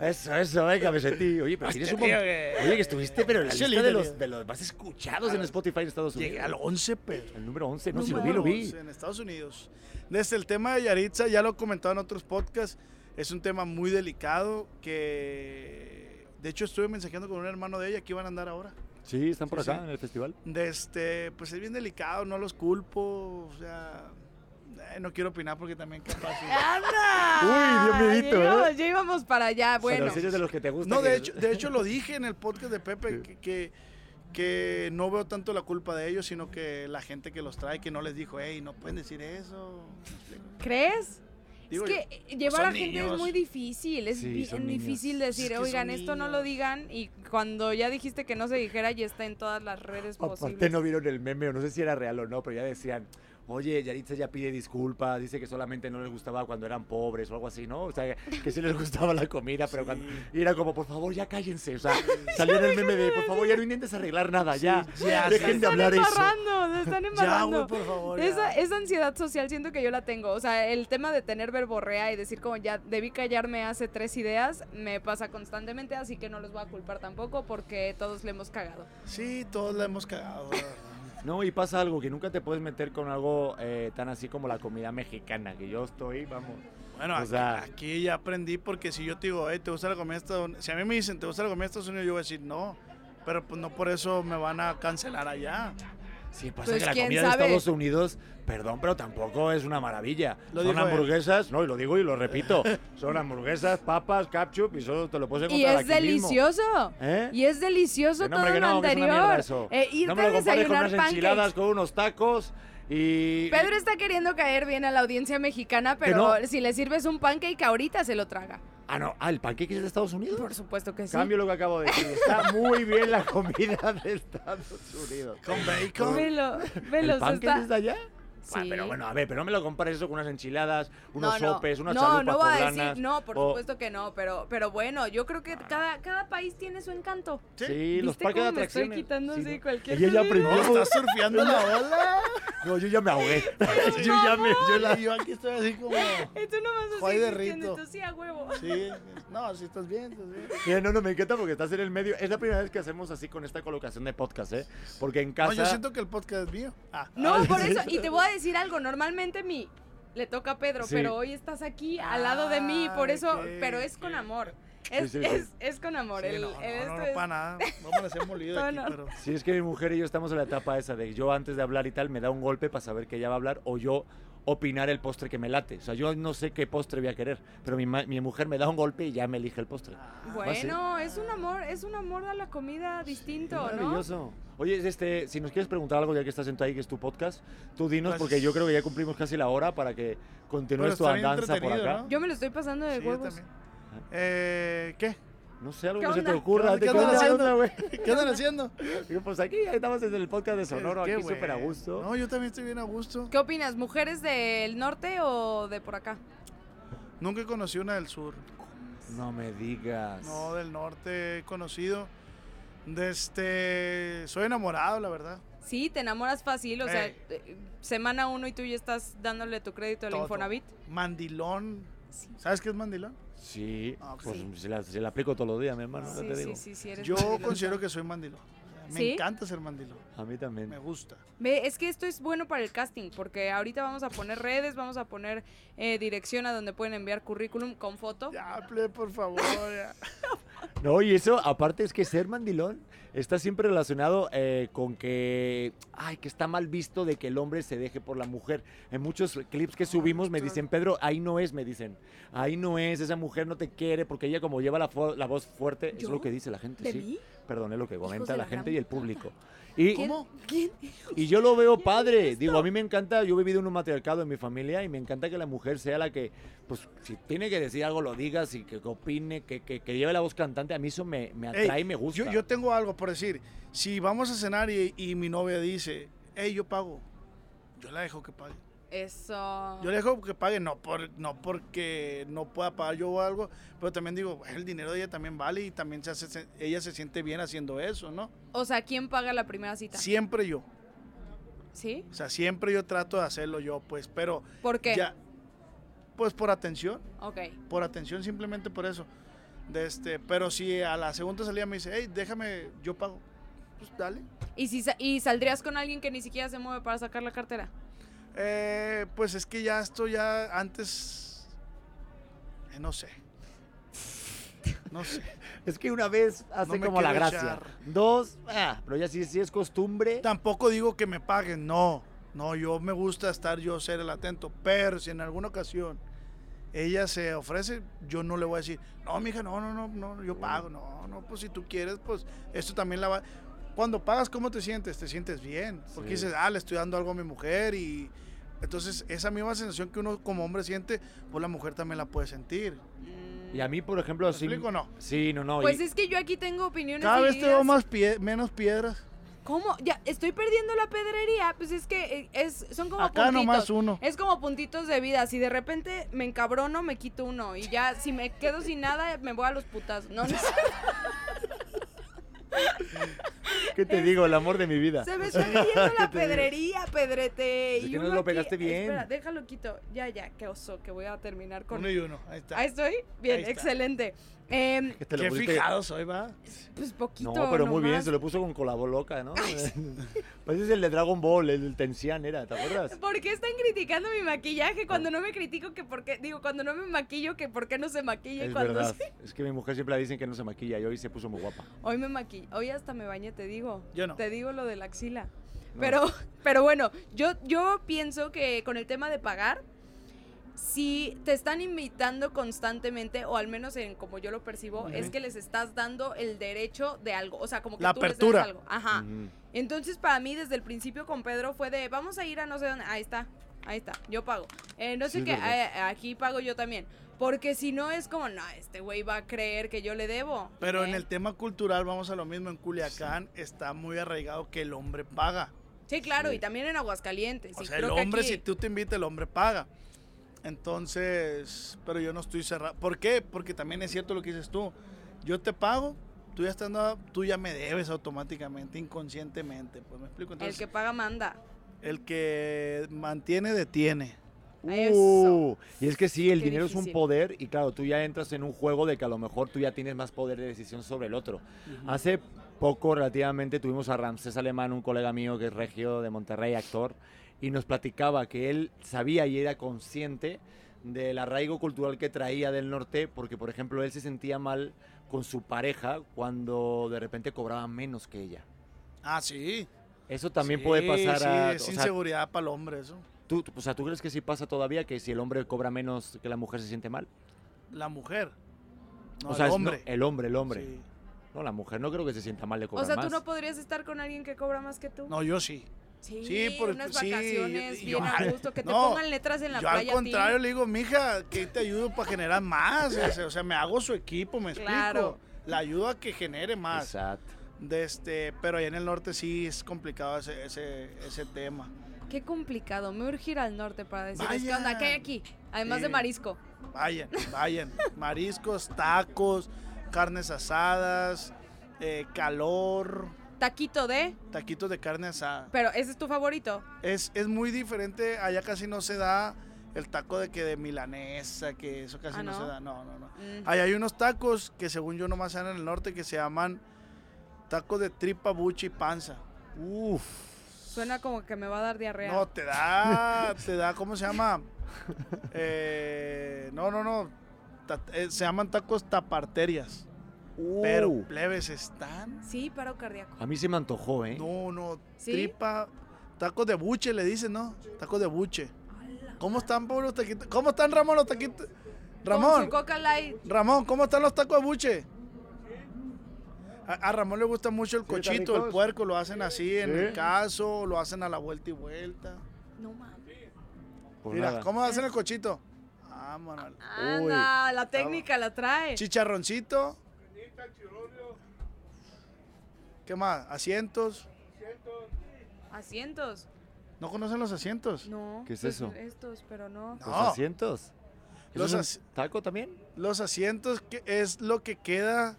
Speaker 1: Eso, eso, venga, me sentí. Oye, pero tienes un
Speaker 3: tío,
Speaker 1: mon-
Speaker 3: que-
Speaker 1: Oye, que estuviste, pero en la
Speaker 3: Ese
Speaker 1: lista de
Speaker 3: líder,
Speaker 1: los,
Speaker 3: tío.
Speaker 1: de los más escuchados en
Speaker 3: Claro.
Speaker 1: Spotify en Estados Unidos.
Speaker 3: Llegué al 11, Pedro.
Speaker 1: El número 11, no, si lo
Speaker 3: Número
Speaker 1: vi, lo vi.
Speaker 3: 11 En Estados Unidos. Desde el tema de Yaritza, ya lo he comentado en otros podcasts, es un tema muy delicado que... De hecho, estuve mensajeando con un hermano de ella que iban a andar ahora.
Speaker 1: Sí, están por
Speaker 3: Sí,
Speaker 1: acá
Speaker 3: sí.
Speaker 1: en el festival.
Speaker 3: De este, pues es bien delicado, no los culpo, o sea... eh, no quiero opinar porque también capaz... y-
Speaker 2: ¡Anda!
Speaker 1: Uy, Dios mío,
Speaker 2: Ya
Speaker 1: ¿eh?
Speaker 2: íbamos- Ya íbamos para allá,
Speaker 1: Bueno,
Speaker 2: bueno.
Speaker 1: si eres de los que te gusta.
Speaker 3: No,
Speaker 1: que-
Speaker 3: de hecho,
Speaker 1: (laughs)
Speaker 3: de hecho lo dije en el podcast de Pepe, que, que, que no veo tanto la culpa de ellos, sino que la gente que los trae, que no les dijo, hey, no pueden decir eso.
Speaker 2: ¿Crees?
Speaker 3: Digo
Speaker 2: es
Speaker 3: yo.
Speaker 2: que eh, llevar a
Speaker 3: son
Speaker 2: gente es
Speaker 3: niños.
Speaker 2: muy difícil, es
Speaker 1: pues, Sí, son
Speaker 2: bien
Speaker 1: niños.
Speaker 2: difícil decir,
Speaker 3: que son
Speaker 2: oigan, esto no lo
Speaker 3: niños".
Speaker 2: digan y cuando ya dijiste que no se dijera ya está en todas las redes
Speaker 1: Aparte
Speaker 2: posibles.
Speaker 1: no vieron el meme, o no sé si era real o no, pero ya decían, oye, Yaritza ya pide disculpas, dice que solamente no les gustaba cuando eran pobres o algo así, ¿no? O sea, que sí les gustaba la comida, pero cuando... Y era como, por favor, ya cállense, o
Speaker 3: (laughs)
Speaker 1: sea, salió en el meme de, por favor, ya no intentes arreglar nada, ya, dejen
Speaker 3: ya, sí.
Speaker 1: de
Speaker 2: Se están
Speaker 1: hablar eso.
Speaker 2: embarrando, se están
Speaker 3: Ya,
Speaker 2: embarrando.
Speaker 3: güey, por favor. ya.
Speaker 2: Esa, esa ansiedad social siento que yo la tengo. O sea, el tema de tener verborrea y decir como ya debí callarme hace tres ideas, me pasa constantemente, así que no los voy a culpar tampoco porque todos le hemos cagado.
Speaker 3: Sí, todos la hemos cagado. la verdad.
Speaker 1: No, y pasa algo, que nunca te puedes meter con algo eh, tan así como la comida mexicana, que yo estoy, vamos...
Speaker 3: Bueno,
Speaker 1: O
Speaker 3: aquí,
Speaker 1: sea-
Speaker 3: aquí ya aprendí porque si yo te digo, hey, ¿te gusta la comida estadounidense? Si a mí me dicen, ¿te gusta la comida estadounidense? Yo voy a decir, no. Pero pues no por eso me van a cancelar allá.
Speaker 1: Sí, pasa
Speaker 2: Pues,
Speaker 1: que la
Speaker 2: ¿quién
Speaker 1: comida
Speaker 2: sabe?
Speaker 1: de Estados Unidos, perdón, pero tampoco es una maravilla.
Speaker 3: Lo
Speaker 1: son
Speaker 3: dijo él.
Speaker 1: hamburguesas, no, y lo digo y lo
Speaker 3: (laughs)
Speaker 1: repito, son hamburguesas, papas, ketchup y solo te lo puedes
Speaker 2: Y
Speaker 1: encontrar
Speaker 2: es
Speaker 1: aquí mismo.
Speaker 2: delicioso.
Speaker 1: ¿Eh?
Speaker 2: Y es delicioso
Speaker 1: Que no,
Speaker 2: todo
Speaker 1: hombre, que
Speaker 2: lo
Speaker 1: no, que es una mierda
Speaker 2: anterior.
Speaker 1: eso.
Speaker 2: Eh, irte
Speaker 1: no me
Speaker 2: a
Speaker 1: lo compares con
Speaker 2: desayunar
Speaker 1: unas
Speaker 2: pancakes.
Speaker 1: enchiladas, con unos tacos y...
Speaker 2: Pedro está queriendo caer bien a la audiencia mexicana, pero
Speaker 1: no.
Speaker 2: si le sirves un pancake ahorita se lo traga.
Speaker 1: Ah, no, ah, ¿el panqueque es de Estados Unidos?
Speaker 2: Por supuesto que sí.
Speaker 1: Cambio lo que acabo de decir, está muy bien la comida de Estados Unidos.
Speaker 3: Con bacon.
Speaker 2: Velo,
Speaker 1: ¿El
Speaker 2: (laughs) velo, se
Speaker 1: pancake
Speaker 2: está...
Speaker 1: es de allá? Ah,
Speaker 2: Sí.
Speaker 1: pero bueno, a ver, pero no me lo compares eso con unas enchiladas, unos sopes, unas
Speaker 2: no,
Speaker 1: chalupas
Speaker 2: No, voy a
Speaker 1: poblanas,
Speaker 2: decir, no, por
Speaker 1: o-
Speaker 2: supuesto que no, pero, pero bueno, yo creo que cada, cada país tiene su encanto.
Speaker 1: Sí,
Speaker 2: ¿Viste
Speaker 1: los parques de
Speaker 2: cómo me estoy
Speaker 1: atracciones.
Speaker 2: quitando
Speaker 1: Sí,
Speaker 2: así
Speaker 1: ¿no?
Speaker 2: cualquier
Speaker 1: Ella ya
Speaker 2: cosa?
Speaker 1: aprendió.
Speaker 3: No, estás surfeando la
Speaker 1: (laughs)
Speaker 3: ola.
Speaker 1: No, yo ya me
Speaker 2: (laughs)
Speaker 1: ahogué.
Speaker 3: Yo ya me... Yo, la- yo aquí estoy así como...
Speaker 2: Y tú nomás así
Speaker 3: Joder, de
Speaker 2: existiendo,
Speaker 3: rito.
Speaker 2: y tú sí a huevo.
Speaker 3: Sí, no, sí estás bien, estás bien.
Speaker 1: Mira, (laughs) no, no, me encanta porque estás en el medio. Es la primera vez que hacemos así con esta colocación de podcast, ¿eh? Porque en casa.
Speaker 3: No, yo siento que el podcast es mío. Ah,
Speaker 2: No,
Speaker 1: Ah,
Speaker 2: por
Speaker 1: sí.
Speaker 2: eso, y te voy a decir algo, normalmente mi le toca a Pedro,
Speaker 1: Sí.
Speaker 2: pero hoy estás aquí al lado de mí, por
Speaker 3: Ah,
Speaker 2: eso,
Speaker 3: ok,
Speaker 2: pero es con
Speaker 3: ok.
Speaker 2: amor. Es,
Speaker 1: Sí, sí, sí.
Speaker 2: es- es con amor.
Speaker 3: Sí,
Speaker 2: el,
Speaker 3: no, no,
Speaker 2: el-
Speaker 3: no,
Speaker 2: esto
Speaker 3: no,
Speaker 2: es-
Speaker 3: para nada. Vamos a hacer molido
Speaker 2: Todo
Speaker 3: aquí,
Speaker 2: no.
Speaker 3: pero...
Speaker 1: Sí, es que mi mujer y yo estamos en la etapa esa de yo antes de hablar y tal me da un golpe para saber que ella va a hablar o yo opinar el postre que me late. O sea, yo no sé qué postre voy a querer, pero mi, ma- mi mujer me da un golpe y ya me elige el postre.
Speaker 3: ¿Ah,
Speaker 2: Bueno, es un amor, es un amor a la comida
Speaker 1: Qué
Speaker 2: distinto, ¿no?
Speaker 1: maravilloso. Oye, este, si nos quieres preguntar algo ya que estás sentado ahí, que es tu podcast, tú dinos
Speaker 3: Pues-
Speaker 1: porque yo creo que ya cumplimos casi la hora para que
Speaker 3: Pero
Speaker 1: continúes tu
Speaker 3: está bien
Speaker 1: andanza por
Speaker 3: entretenido,
Speaker 1: acá.
Speaker 3: ¿no?
Speaker 2: Yo me lo estoy pasando de
Speaker 3: Sí, yo
Speaker 2: huevos.
Speaker 3: también. Eh, ¿Qué?
Speaker 1: ¿no? sé, algo
Speaker 2: ¿Qué
Speaker 1: que se te
Speaker 2: onda?
Speaker 1: ocurra.
Speaker 3: ¿Qué
Speaker 1: ¿Qué
Speaker 3: andan
Speaker 1: onda,
Speaker 3: haciendo?
Speaker 1: onda, güey? (laughs)
Speaker 3: ¿Qué andan haciendo?
Speaker 1: Yo, Pues aquí, ahí estamos desde el podcast de Sonoro,
Speaker 3: Pues Qué
Speaker 1: aquí
Speaker 3: bueno.
Speaker 1: súper a gusto.
Speaker 3: No, yo también estoy bien a gusto.
Speaker 2: ¿Qué opinas? ¿Mujeres del norte o de por acá?
Speaker 3: Nunca conocí una del sur.
Speaker 1: No me digas.
Speaker 3: No, del norte he conocido. Desde... Soy enamorado, la verdad.
Speaker 2: Sí, te enamoras fácil, o sea,
Speaker 3: Ey.
Speaker 2: eh, semana uno y tú ya estás dándole tu crédito al
Speaker 3: Todo.
Speaker 2: Infonavit.
Speaker 3: Mandilón.
Speaker 2: Sí.
Speaker 3: ¿Sabes qué es mandilón?
Speaker 1: Sí,
Speaker 3: Ah, ok.
Speaker 1: pues
Speaker 2: Sí.
Speaker 1: se la, se la aplico todos los días, mi hermano. ¿qué
Speaker 2: Sí,
Speaker 1: te
Speaker 2: sí,
Speaker 1: digo?
Speaker 2: sí, sí, eres
Speaker 3: Yo
Speaker 2: mandilón.
Speaker 3: considero que soy mandilón. Me
Speaker 2: ¿Sí?
Speaker 3: encanta ser mandilón.
Speaker 1: A mí también.
Speaker 3: Me gusta.
Speaker 2: Ve, es que esto es bueno para el casting, porque ahorita vamos a poner redes, vamos a poner eh, dirección a donde pueden enviar currículum con foto.
Speaker 3: Ya, ple, por favor. ya.
Speaker 1: No, y eso, aparte es que ser mandilón está siempre relacionado eh, con que, ay, que está mal visto de que el hombre se deje por la mujer. En muchos clips que subimos me dicen, Pedro, ahí no es, me dicen, ahí no es, esa mujer no te quiere porque ella como lleva la, fo- la voz fuerte, es
Speaker 2: ¿Yo?
Speaker 1: lo que dice la gente,
Speaker 2: ¿De
Speaker 1: sí.
Speaker 2: mí?
Speaker 1: Perdón, es lo que comenta
Speaker 2: de
Speaker 1: la
Speaker 2: la
Speaker 1: gente
Speaker 2: gran
Speaker 1: y el
Speaker 2: (laughs)
Speaker 1: público. Y,
Speaker 3: ¿Cómo?
Speaker 2: ¿Quién?
Speaker 1: Y yo lo veo padre. Digo, a mí me encanta, yo he vivido en un matriarcado en mi familia y me encanta que la mujer sea la que, pues, si tiene que decir algo, lo diga, si que, que opine, que, que, que lleve la voz cantante. A mí eso me, me
Speaker 3: Ey,
Speaker 1: atrae y me gusta.
Speaker 3: Yo, yo tengo algo por decir. Si vamos a cenar y, y mi novia dice, hey, yo pago, yo la dejo que pague.
Speaker 2: Eso.
Speaker 3: Yo la dejo que pague, no, por, no porque no pueda pagar yo o algo, pero también digo, "Bueno, el dinero de ella también vale y también se hace- ella se siente bien haciendo eso, ¿no?
Speaker 2: O sea, ¿quién paga la primera cita? ¿Sí?
Speaker 3: Siempre yo. O sea, siempre yo trato de hacerlo yo, pues, pero
Speaker 2: ¿Por qué?
Speaker 3: ya. Pues por atención,
Speaker 2: Ok.
Speaker 3: por atención, simplemente por eso. De este, pero si a la segunda salida me dice, hey, déjame, yo pago, pues dale.
Speaker 2: ¿Y, si sa- ¿Y saldrías con alguien que ni siquiera se mueve para sacar la cartera?
Speaker 3: Eh, pues es que ya esto ya antes. eh, no sé. No sé.
Speaker 1: es que una vez hace
Speaker 3: No me
Speaker 1: como la
Speaker 3: quiero
Speaker 1: gracia.
Speaker 3: echar.
Speaker 1: Dos, ah, pero ya si, si es costumbre.
Speaker 3: Tampoco digo que me paguen, no. No, yo me gusta estar yo ser el atento. Pero si en alguna ocasión ella se ofrece, yo no le voy a decir, no, mija, no, no, no, no, yo pago. No, no, pues si tú quieres, pues esto también la va. Cuando pagas, ¿cómo te sientes? Te sientes bien. Porque
Speaker 1: Sí.
Speaker 3: dices, ah, le estoy dando algo a mi mujer y. Entonces, esa misma sensación que uno como hombre siente, pues la mujer también la puede sentir.
Speaker 2: Mm.
Speaker 1: Y a mí, por ejemplo,
Speaker 3: ¿Me
Speaker 1: sí.
Speaker 3: explico o no?
Speaker 1: Sí, no, no.
Speaker 2: Pues
Speaker 1: y-
Speaker 2: es que yo aquí tengo opiniones.
Speaker 3: Cada vez te veo
Speaker 2: divididas.
Speaker 3: más pie- menos piedras.
Speaker 2: ¿Cómo? Ya, estoy perdiendo la pedrería. Pues es que eh, es, son como
Speaker 3: Acá
Speaker 2: puntitos.
Speaker 3: nomás uno.
Speaker 2: Es como puntitos de vida. Si de repente me encabrono, me quito uno. Y ya, si me quedo sin nada, me voy a los putazos. No, (laughs) no sé.
Speaker 1: (laughs) ¿Qué te digo? El amor de mi vida.
Speaker 2: Se me está cayendo la pedrería, pedrete.
Speaker 1: Pues Es
Speaker 2: y
Speaker 1: que no
Speaker 2: uno
Speaker 1: lo
Speaker 2: aquí-
Speaker 1: pegaste bien.
Speaker 2: Espera, déjalo quito. Ya, ya, qué oso, que voy a terminar con.
Speaker 3: Uno y uno. Ahí está.
Speaker 2: Ahí estoy. Bien,
Speaker 3: Ahí está.
Speaker 2: excelente.
Speaker 1: (laughs)
Speaker 2: Em,
Speaker 1: Que te lo
Speaker 3: Qué
Speaker 1: pusiste-
Speaker 3: fijado soy, va.
Speaker 2: pues
Speaker 1: No,
Speaker 2: poquito.
Speaker 1: pero muy bien,
Speaker 2: nomás.
Speaker 1: se lo puso con colabo loca, ¿no? (laughs) pues es el de Dragon Ball, el del Tensian era, ¿te acuerdas?
Speaker 2: ¿Por qué están criticando mi
Speaker 1: Ah.
Speaker 2: maquillaje cuando no me critico que por qué? Digo, cuando no me maquillo que por qué no se maquilla y
Speaker 1: Es
Speaker 2: cuando
Speaker 1: verdad.
Speaker 2: sí.
Speaker 1: Es que mi mujer siempre le dicen que no se maquilla y hoy se puso muy guapa.
Speaker 2: Hoy me maquillo, hoy hasta me bañé, te digo.
Speaker 3: Yo no.
Speaker 2: Te digo lo de la axila.
Speaker 1: No.
Speaker 2: Pero, (laughs) pero bueno, yo, yo pienso que con el tema de pagar, si te están invitando constantemente, o al menos en como yo lo percibo,
Speaker 3: Ujú.
Speaker 2: es que les estás dando el derecho de algo. O sea, como que
Speaker 3: La
Speaker 2: tú les des
Speaker 3: apertura. Mm.
Speaker 2: algo. Ajá.
Speaker 1: Ujú.
Speaker 2: Entonces, para mí, desde el principio con Pedro fue de, vamos a ir a no sé dónde. Ahí está, ahí está, yo pago. Eh, no
Speaker 1: Sí,
Speaker 2: sé
Speaker 1: es
Speaker 2: qué,
Speaker 1: verdad.
Speaker 2: eh, aquí pago yo también. Porque si no es como, no, este güey va a creer que yo le debo.
Speaker 3: Pero en
Speaker 2: ¿eh?
Speaker 3: el tema cultural vamos a lo mismo. En Culiacán está muy arraigado que el hombre paga.
Speaker 2: Sí, claro,
Speaker 1: Sí.
Speaker 2: y también en Aguascalientes.
Speaker 3: o
Speaker 2: y
Speaker 3: sea, el
Speaker 2: creo que
Speaker 3: hombre,
Speaker 2: aquí-
Speaker 3: si tú te invitas, el hombre paga. Entonces, pero yo no estoy cerrado. ¿Por qué? Porque también es cierto lo que dices tú. Yo te pago, tú ya, estando, tú ya me debes automáticamente, inconscientemente. Pues me explico.
Speaker 2: El
Speaker 3: Entonces,
Speaker 2: que paga manda.
Speaker 3: el que mantiene, detiene.
Speaker 2: Eso.
Speaker 1: Uh, y es que sí, el
Speaker 2: Qué
Speaker 1: dinero es un
Speaker 2: difícil.
Speaker 1: poder y claro, tú ya entras en un juego de que a lo mejor tú ya tienes más poder de decisión sobre el otro. Hace poco relativamente tuvimos a Ramsés Alemán, un colega mío que es regio de Monterrey, actor, y nos platicaba que él sabía y era consciente del arraigo cultural que traía del norte, porque por ejemplo él se sentía mal con su pareja cuando de repente cobraba menos que ella.
Speaker 3: Ah, sí.
Speaker 1: Eso también
Speaker 3: Sí,
Speaker 1: puede pasar
Speaker 3: sí,
Speaker 1: a...
Speaker 3: es
Speaker 1: o sea,
Speaker 3: inseguridad para el hombre eso.
Speaker 1: ¿tú, tú- o sea, ¿tú crees que sí pasa todavía que si el hombre cobra menos que la mujer se siente mal?
Speaker 3: La mujer. No,
Speaker 1: o sea, es-
Speaker 3: el
Speaker 1: no,
Speaker 3: hombre.
Speaker 1: el hombre, el hombre.
Speaker 3: Sí.
Speaker 1: No, la mujer no creo que se sienta mal de cobrar
Speaker 2: O sea,
Speaker 1: más.
Speaker 2: tú no podrías estar con alguien que cobra más que tú.
Speaker 3: No, yo sí.
Speaker 2: Sí,
Speaker 3: Sí, por-
Speaker 2: unas
Speaker 3: sí,
Speaker 2: vacaciones
Speaker 3: yo-
Speaker 2: bien a gusto, que te
Speaker 3: no,
Speaker 2: pongan letras en la
Speaker 3: Yo al
Speaker 2: playa a ti.
Speaker 3: contrario le digo, mija, que te ayudo para generar más. O sea, o sea, me hago su equipo, me explico.
Speaker 2: Claro.
Speaker 3: La ayudo a que genere más.
Speaker 1: Exacto.
Speaker 3: De este, pero allá en el norte sí es complicado ese, ese, ese tema.
Speaker 2: Qué complicado, me urge ir al norte para decir, ¿qué
Speaker 3: Vaya.
Speaker 2: onda? ¿Qué hay aquí? Además de
Speaker 3: Sí.
Speaker 2: marisco.
Speaker 3: Vayan, vayan. Mariscos, tacos, carnes asadas, eh, calor,
Speaker 2: Taquito de,
Speaker 3: taquitos de carne asada.
Speaker 2: pero ese es tu favorito.
Speaker 3: Es, es muy diferente, allá casi no se da el taco de que de milanesa, que eso casi
Speaker 2: Ah,
Speaker 3: no
Speaker 2: ¿no?
Speaker 3: se da. No, no, no.
Speaker 2: Mm.
Speaker 3: Ahí hay unos tacos que según yo nomás se dan en el norte que se llaman tacos de tripa, buchi y panza.
Speaker 1: Uf.
Speaker 2: Suena como que me va a dar diarrea.
Speaker 3: No, te da, te da, ¿cómo se llama? Eh, no, no, no. Ta- eh, se llaman tacos taparterias. Pero
Speaker 1: Uh.
Speaker 3: plebes están.
Speaker 2: Sí, paro cardíaco.
Speaker 1: A mí se me antojó, ¿eh?
Speaker 3: No, no.
Speaker 2: ¿Sí?
Speaker 3: Tripa. Tacos de buche le dicen, ¿no? Tacos de buche. ¿Cómo están, pobre, los taquitos? ¿Cómo están, Ramón, los taquitos?
Speaker 2: Con
Speaker 3: Ramón,
Speaker 2: su coca light.
Speaker 3: Ramón, ¿cómo están los tacos de buche? A, a Ramón le gusta mucho el
Speaker 1: Sí, están
Speaker 3: cochito, el
Speaker 1: ricos.
Speaker 3: puerco, lo hacen así en el
Speaker 1: Sí.
Speaker 3: caso, lo hacen a la vuelta y vuelta.
Speaker 2: No mames.
Speaker 1: Por
Speaker 3: Mira,
Speaker 1: nada.
Speaker 3: ¿cómo hacen el cochito? Ah, mano.
Speaker 2: Anda, la técnica la trae.
Speaker 3: Chicharroncito. ¿Qué más? Asientos.
Speaker 2: Asientos.
Speaker 3: ¿No conocen los asientos?
Speaker 2: No.
Speaker 1: ¿Qué es
Speaker 2: pues,
Speaker 1: eso?
Speaker 2: Estos, pero no.
Speaker 1: ¿Los
Speaker 3: No.
Speaker 1: asientos? ¿Eso
Speaker 3: Los
Speaker 1: es un
Speaker 3: as-
Speaker 1: ¿Taco también?
Speaker 3: Los asientos que es lo que queda de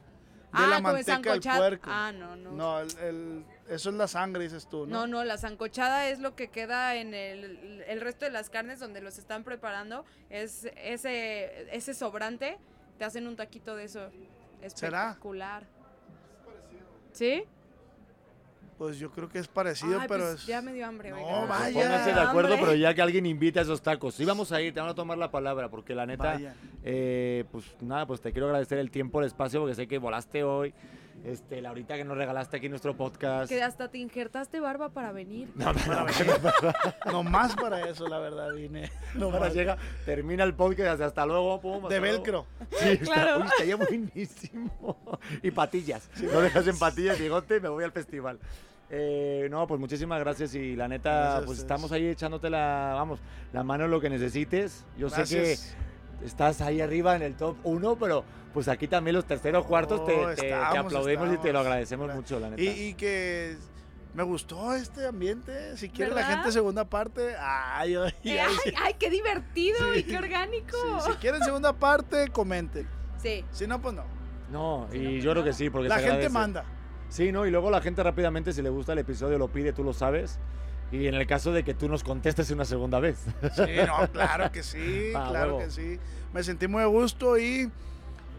Speaker 2: ah,
Speaker 3: la
Speaker 2: como el
Speaker 3: manteca del
Speaker 2: sancochado.
Speaker 3: puerco.
Speaker 2: Ah, no, no.
Speaker 3: No, el- el- eso es la sangre, dices tú,
Speaker 2: No,
Speaker 3: ¿no?
Speaker 2: no, la zancochada es lo que queda en el, el resto de las carnes donde los están preparando. Es ese, ese sobrante, te hacen un taquito de eso.
Speaker 3: ¿Será?
Speaker 2: Espectacular. ¿Sí?
Speaker 3: Pues yo creo que es parecido,
Speaker 2: Ay,
Speaker 3: pero
Speaker 2: pues
Speaker 3: es...
Speaker 2: ya me dio hambre.
Speaker 3: No,
Speaker 2: oigan.
Speaker 3: vaya.
Speaker 1: Pónganse de acuerdo,
Speaker 2: Hambre.
Speaker 1: pero ya que alguien invita a esos tacos. Sí, vamos a ir, te van a tomar la palabra, porque la neta,
Speaker 3: Vaya.
Speaker 1: eh, pues nada, pues te quiero agradecer el tiempo, el espacio, porque sé que volaste hoy. Este, la horita que nos regalaste aquí en nuestro podcast. (laughs)
Speaker 2: Que hasta te injertaste barba para venir.
Speaker 1: No, no,
Speaker 3: Para
Speaker 1: no,
Speaker 3: venir. Nomás para eso, la verdad, vine.
Speaker 1: no, para
Speaker 3: Nomás.
Speaker 1: llega, termina el podcast, hasta- hasta luego, pum,
Speaker 3: De
Speaker 1: hasta luego.
Speaker 3: velcro.
Speaker 1: Sí, está-
Speaker 2: Claro.
Speaker 1: uy, estaría buenísimo. (laughs) Y patillas. No dejas en patillas, bigote, me voy al festival. Eh, no, pues muchísimas gracias y la neta,
Speaker 3: Gracias a
Speaker 1: pues
Speaker 3: ustedes.
Speaker 1: estamos ahí echándote la, vamos, la mano en lo que necesites. Yo sé
Speaker 3: Gracias.
Speaker 1: que estás ahí arriba en el top 1, pero pues aquí también los terceros cuartos te,
Speaker 3: Oh,
Speaker 1: te- te
Speaker 3: estamos,
Speaker 1: aplaudimos y te lo
Speaker 3: estamos.
Speaker 1: agradecemos
Speaker 3: Gra-
Speaker 1: mucho, la neta.
Speaker 3: Y, y que me gustó este ambiente. Si quiere la
Speaker 2: ¿Verdad?
Speaker 3: gente segunda parte, ay, ay,
Speaker 2: Eh,
Speaker 3: ay,
Speaker 2: ay, ay, qué divertido y qué orgánico.
Speaker 3: sí, si quieren segunda parte, comenten.
Speaker 2: Sí.
Speaker 3: Si no, pues no.
Speaker 1: no, y yo creo que sí, porque
Speaker 3: La
Speaker 1: se
Speaker 3: gente
Speaker 1: agradece.
Speaker 3: manda.
Speaker 1: Sí, ¿no? Y luego la gente rápidamente, si le gusta el episodio, lo pide, tú lo sabes. Y en el caso de que tú nos contestes una segunda vez.
Speaker 3: Sí, no, claro que sí,
Speaker 1: (laughs) Ah,
Speaker 3: claro
Speaker 1: huevo.
Speaker 3: que sí. Me sentí muy a gusto y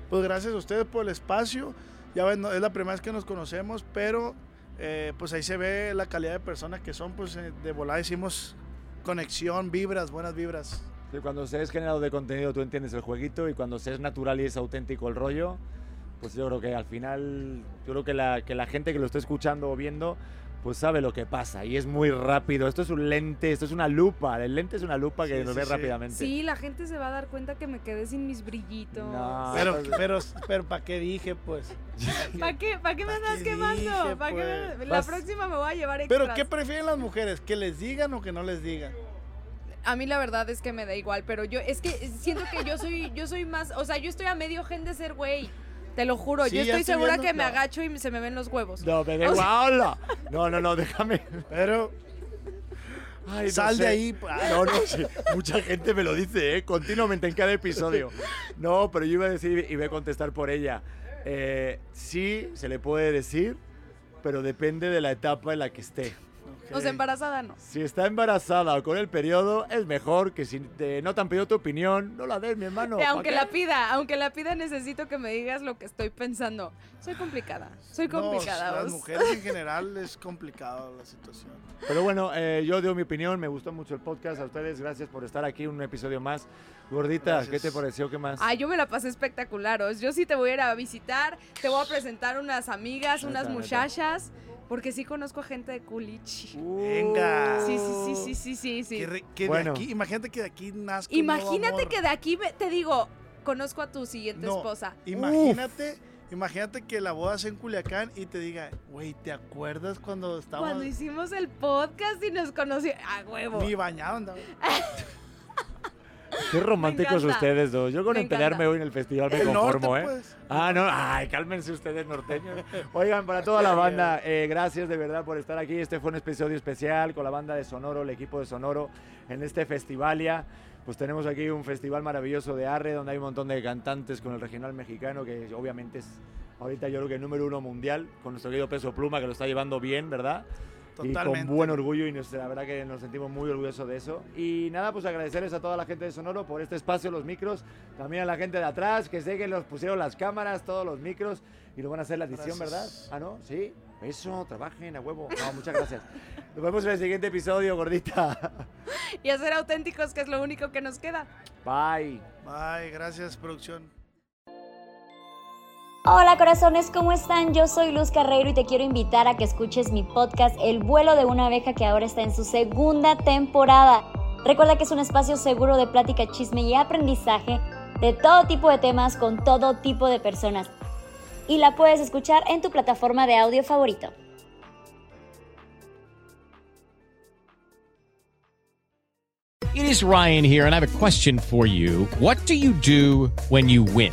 Speaker 3: pues gracias a ustedes por el espacio. Ya ven, no- es la primera vez que nos conocemos, pero eh, pues ahí se ve la calidad de personas que son, pues eh, de volada hicimos conexión, vibras, buenas vibras.
Speaker 1: Sí, cuando se es generado de contenido tú entiendes el jueguito y cuando se es natural y es auténtico el rollo, pues yo creo que al final, yo creo que la, que la gente que lo está escuchando o viendo, pues sabe lo que pasa y es muy rápido. Esto es un lente, esto es una lupa. El lente es una lupa que
Speaker 3: Sí,
Speaker 1: nos
Speaker 3: sí,
Speaker 1: ve
Speaker 3: sí.
Speaker 1: rápidamente.
Speaker 2: Sí, la gente se va a dar cuenta que me quedé sin mis brillitos.
Speaker 1: No.
Speaker 3: Pero, pero, pero, ¿para qué dije, pues?
Speaker 2: ¿Para qué, ¿Para qué me
Speaker 3: ¿Pa'
Speaker 2: andas
Speaker 3: qué
Speaker 2: quemando?
Speaker 3: dije,
Speaker 2: ¿Para qué me-
Speaker 3: pues?
Speaker 2: La
Speaker 1: Vas-
Speaker 2: próxima me voy a llevar extras.
Speaker 3: ¿Pero qué prefieren las mujeres? ¿Que les digan o que no les digan?
Speaker 2: A mí la verdad es que me da igual, pero yo es que siento que yo soy yo soy más, o sea, yo estoy a medio gen de ser güey. Te lo juro,
Speaker 3: Sí,
Speaker 2: yo
Speaker 3: ya
Speaker 2: estoy
Speaker 3: estoy
Speaker 2: segura
Speaker 3: viendo-
Speaker 2: que me
Speaker 3: no.
Speaker 2: agacho y se me ven los huevos.
Speaker 1: No, me da
Speaker 2: O sea-
Speaker 1: igual, hola. No, no, no, déjame.
Speaker 3: Pero
Speaker 1: Ay, no
Speaker 3: sal de
Speaker 1: sé.
Speaker 3: ahí. pa-
Speaker 1: Ah, No, no, sí, mucha gente me lo dice, ¿eh? continuamente en cada episodio. No, pero yo iba a decir y voy a contestar por ella. Eh, sí, se le puede decir, pero depende de la etapa en la que esté.
Speaker 2: O sea,
Speaker 3: Ok.
Speaker 2: embarazada no.
Speaker 1: Si está embarazada o con el periodo, es mejor que si te- no te han pedido tu opinión, no la des, mi hermano.
Speaker 2: Eh, aunque
Speaker 1: ¿pa'
Speaker 2: la
Speaker 1: qué?
Speaker 2: pida, aunque la pida, necesito que me digas lo que estoy pensando. Soy complicada, soy
Speaker 3: No,
Speaker 2: complicada.
Speaker 3: las
Speaker 2: os-
Speaker 3: mujeres en general es complicada la situación.
Speaker 1: Pero bueno, eh, yo dio mi opinión, me gustó mucho el podcast. A ustedes, gracias por estar aquí, un episodio más. Gordita, ¿qué
Speaker 3: Gracias.
Speaker 1: te pareció? ¿Qué más?
Speaker 2: Ay, yo me la pasé espectacular. os. Yo sí te voy a ir a visitar, te voy a presentar unas amigas,
Speaker 1: Neta,
Speaker 2: unas
Speaker 1: neta.
Speaker 2: muchachas, porque sí conozco a gente de culichi.
Speaker 3: Venga.
Speaker 2: Sí, sí, sí, sí, sí, sí, sí.
Speaker 3: Que, re- que
Speaker 1: Bueno.
Speaker 3: de aquí, imagínate que de aquí nazca un nuevo
Speaker 2: Imagínate
Speaker 3: amor.
Speaker 2: que de aquí ve- te digo, conozco a tu siguiente
Speaker 3: No.
Speaker 2: esposa.
Speaker 3: Imagínate, imagínate que la boda sea en Culiacán y te diga, güey, ¿te acuerdas cuando
Speaker 2: Cuando
Speaker 3: estábamos
Speaker 2: hicimos el podcast y nos conocimos. A huevo.
Speaker 3: ni bañados? andaba?"
Speaker 1: Qué románticos
Speaker 2: encanta.
Speaker 1: ustedes dos. Yo con
Speaker 2: Me
Speaker 1: empelearme
Speaker 2: encanta.
Speaker 1: hoy en el festival me
Speaker 3: El norte,
Speaker 1: conformo, ¿eh?
Speaker 3: pues.
Speaker 1: Ah, no, ay, cálmense ustedes norteños. Oigan, para toda la banda, eh, gracias de verdad por estar aquí. Este fue un episodio especial con la banda de Sonoro, el equipo de Sonoro, en este festivalia. Pues tenemos aquí un festival maravilloso de Arre, donde hay un montón de cantantes con el regional mexicano, que obviamente es ahorita yo creo que el número uno mundial, con nuestro querido Peso Pluma, que lo está llevando bien, ¿verdad? Y
Speaker 3: Totalmente.
Speaker 1: con buen orgullo, y nos- la verdad que nos sentimos muy orgullosos de eso. Y nada, pues agradecerles a toda la gente de Sonoro por este espacio, los micros, también a la gente de atrás, que sé que los pusieron las cámaras, todos los micros, y lo van a hacer la edición,
Speaker 3: Gracias.
Speaker 1: ¿verdad? Ah, ¿no? Sí. Eso, trabajen a huevo. No, muchas gracias. Nos vemos en el siguiente episodio, gordita.
Speaker 2: Y a ser auténticos, que es lo único que nos queda.
Speaker 1: Bye.
Speaker 3: Bye, gracias, producción.
Speaker 4: Hola corazones, ¿cómo están? Yo soy Luz Carreiro y te quiero invitar a que escuches mi podcast El vuelo de una abeja que ahora está en su segunda temporada. Recuerda que es un espacio seguro de plática, chisme y aprendizaje de todo tipo de temas con todo tipo de personas. Y la puedes escuchar en tu plataforma de audio favorito.
Speaker 5: It is Ryan here, and I have a question for you. What do you do when you win?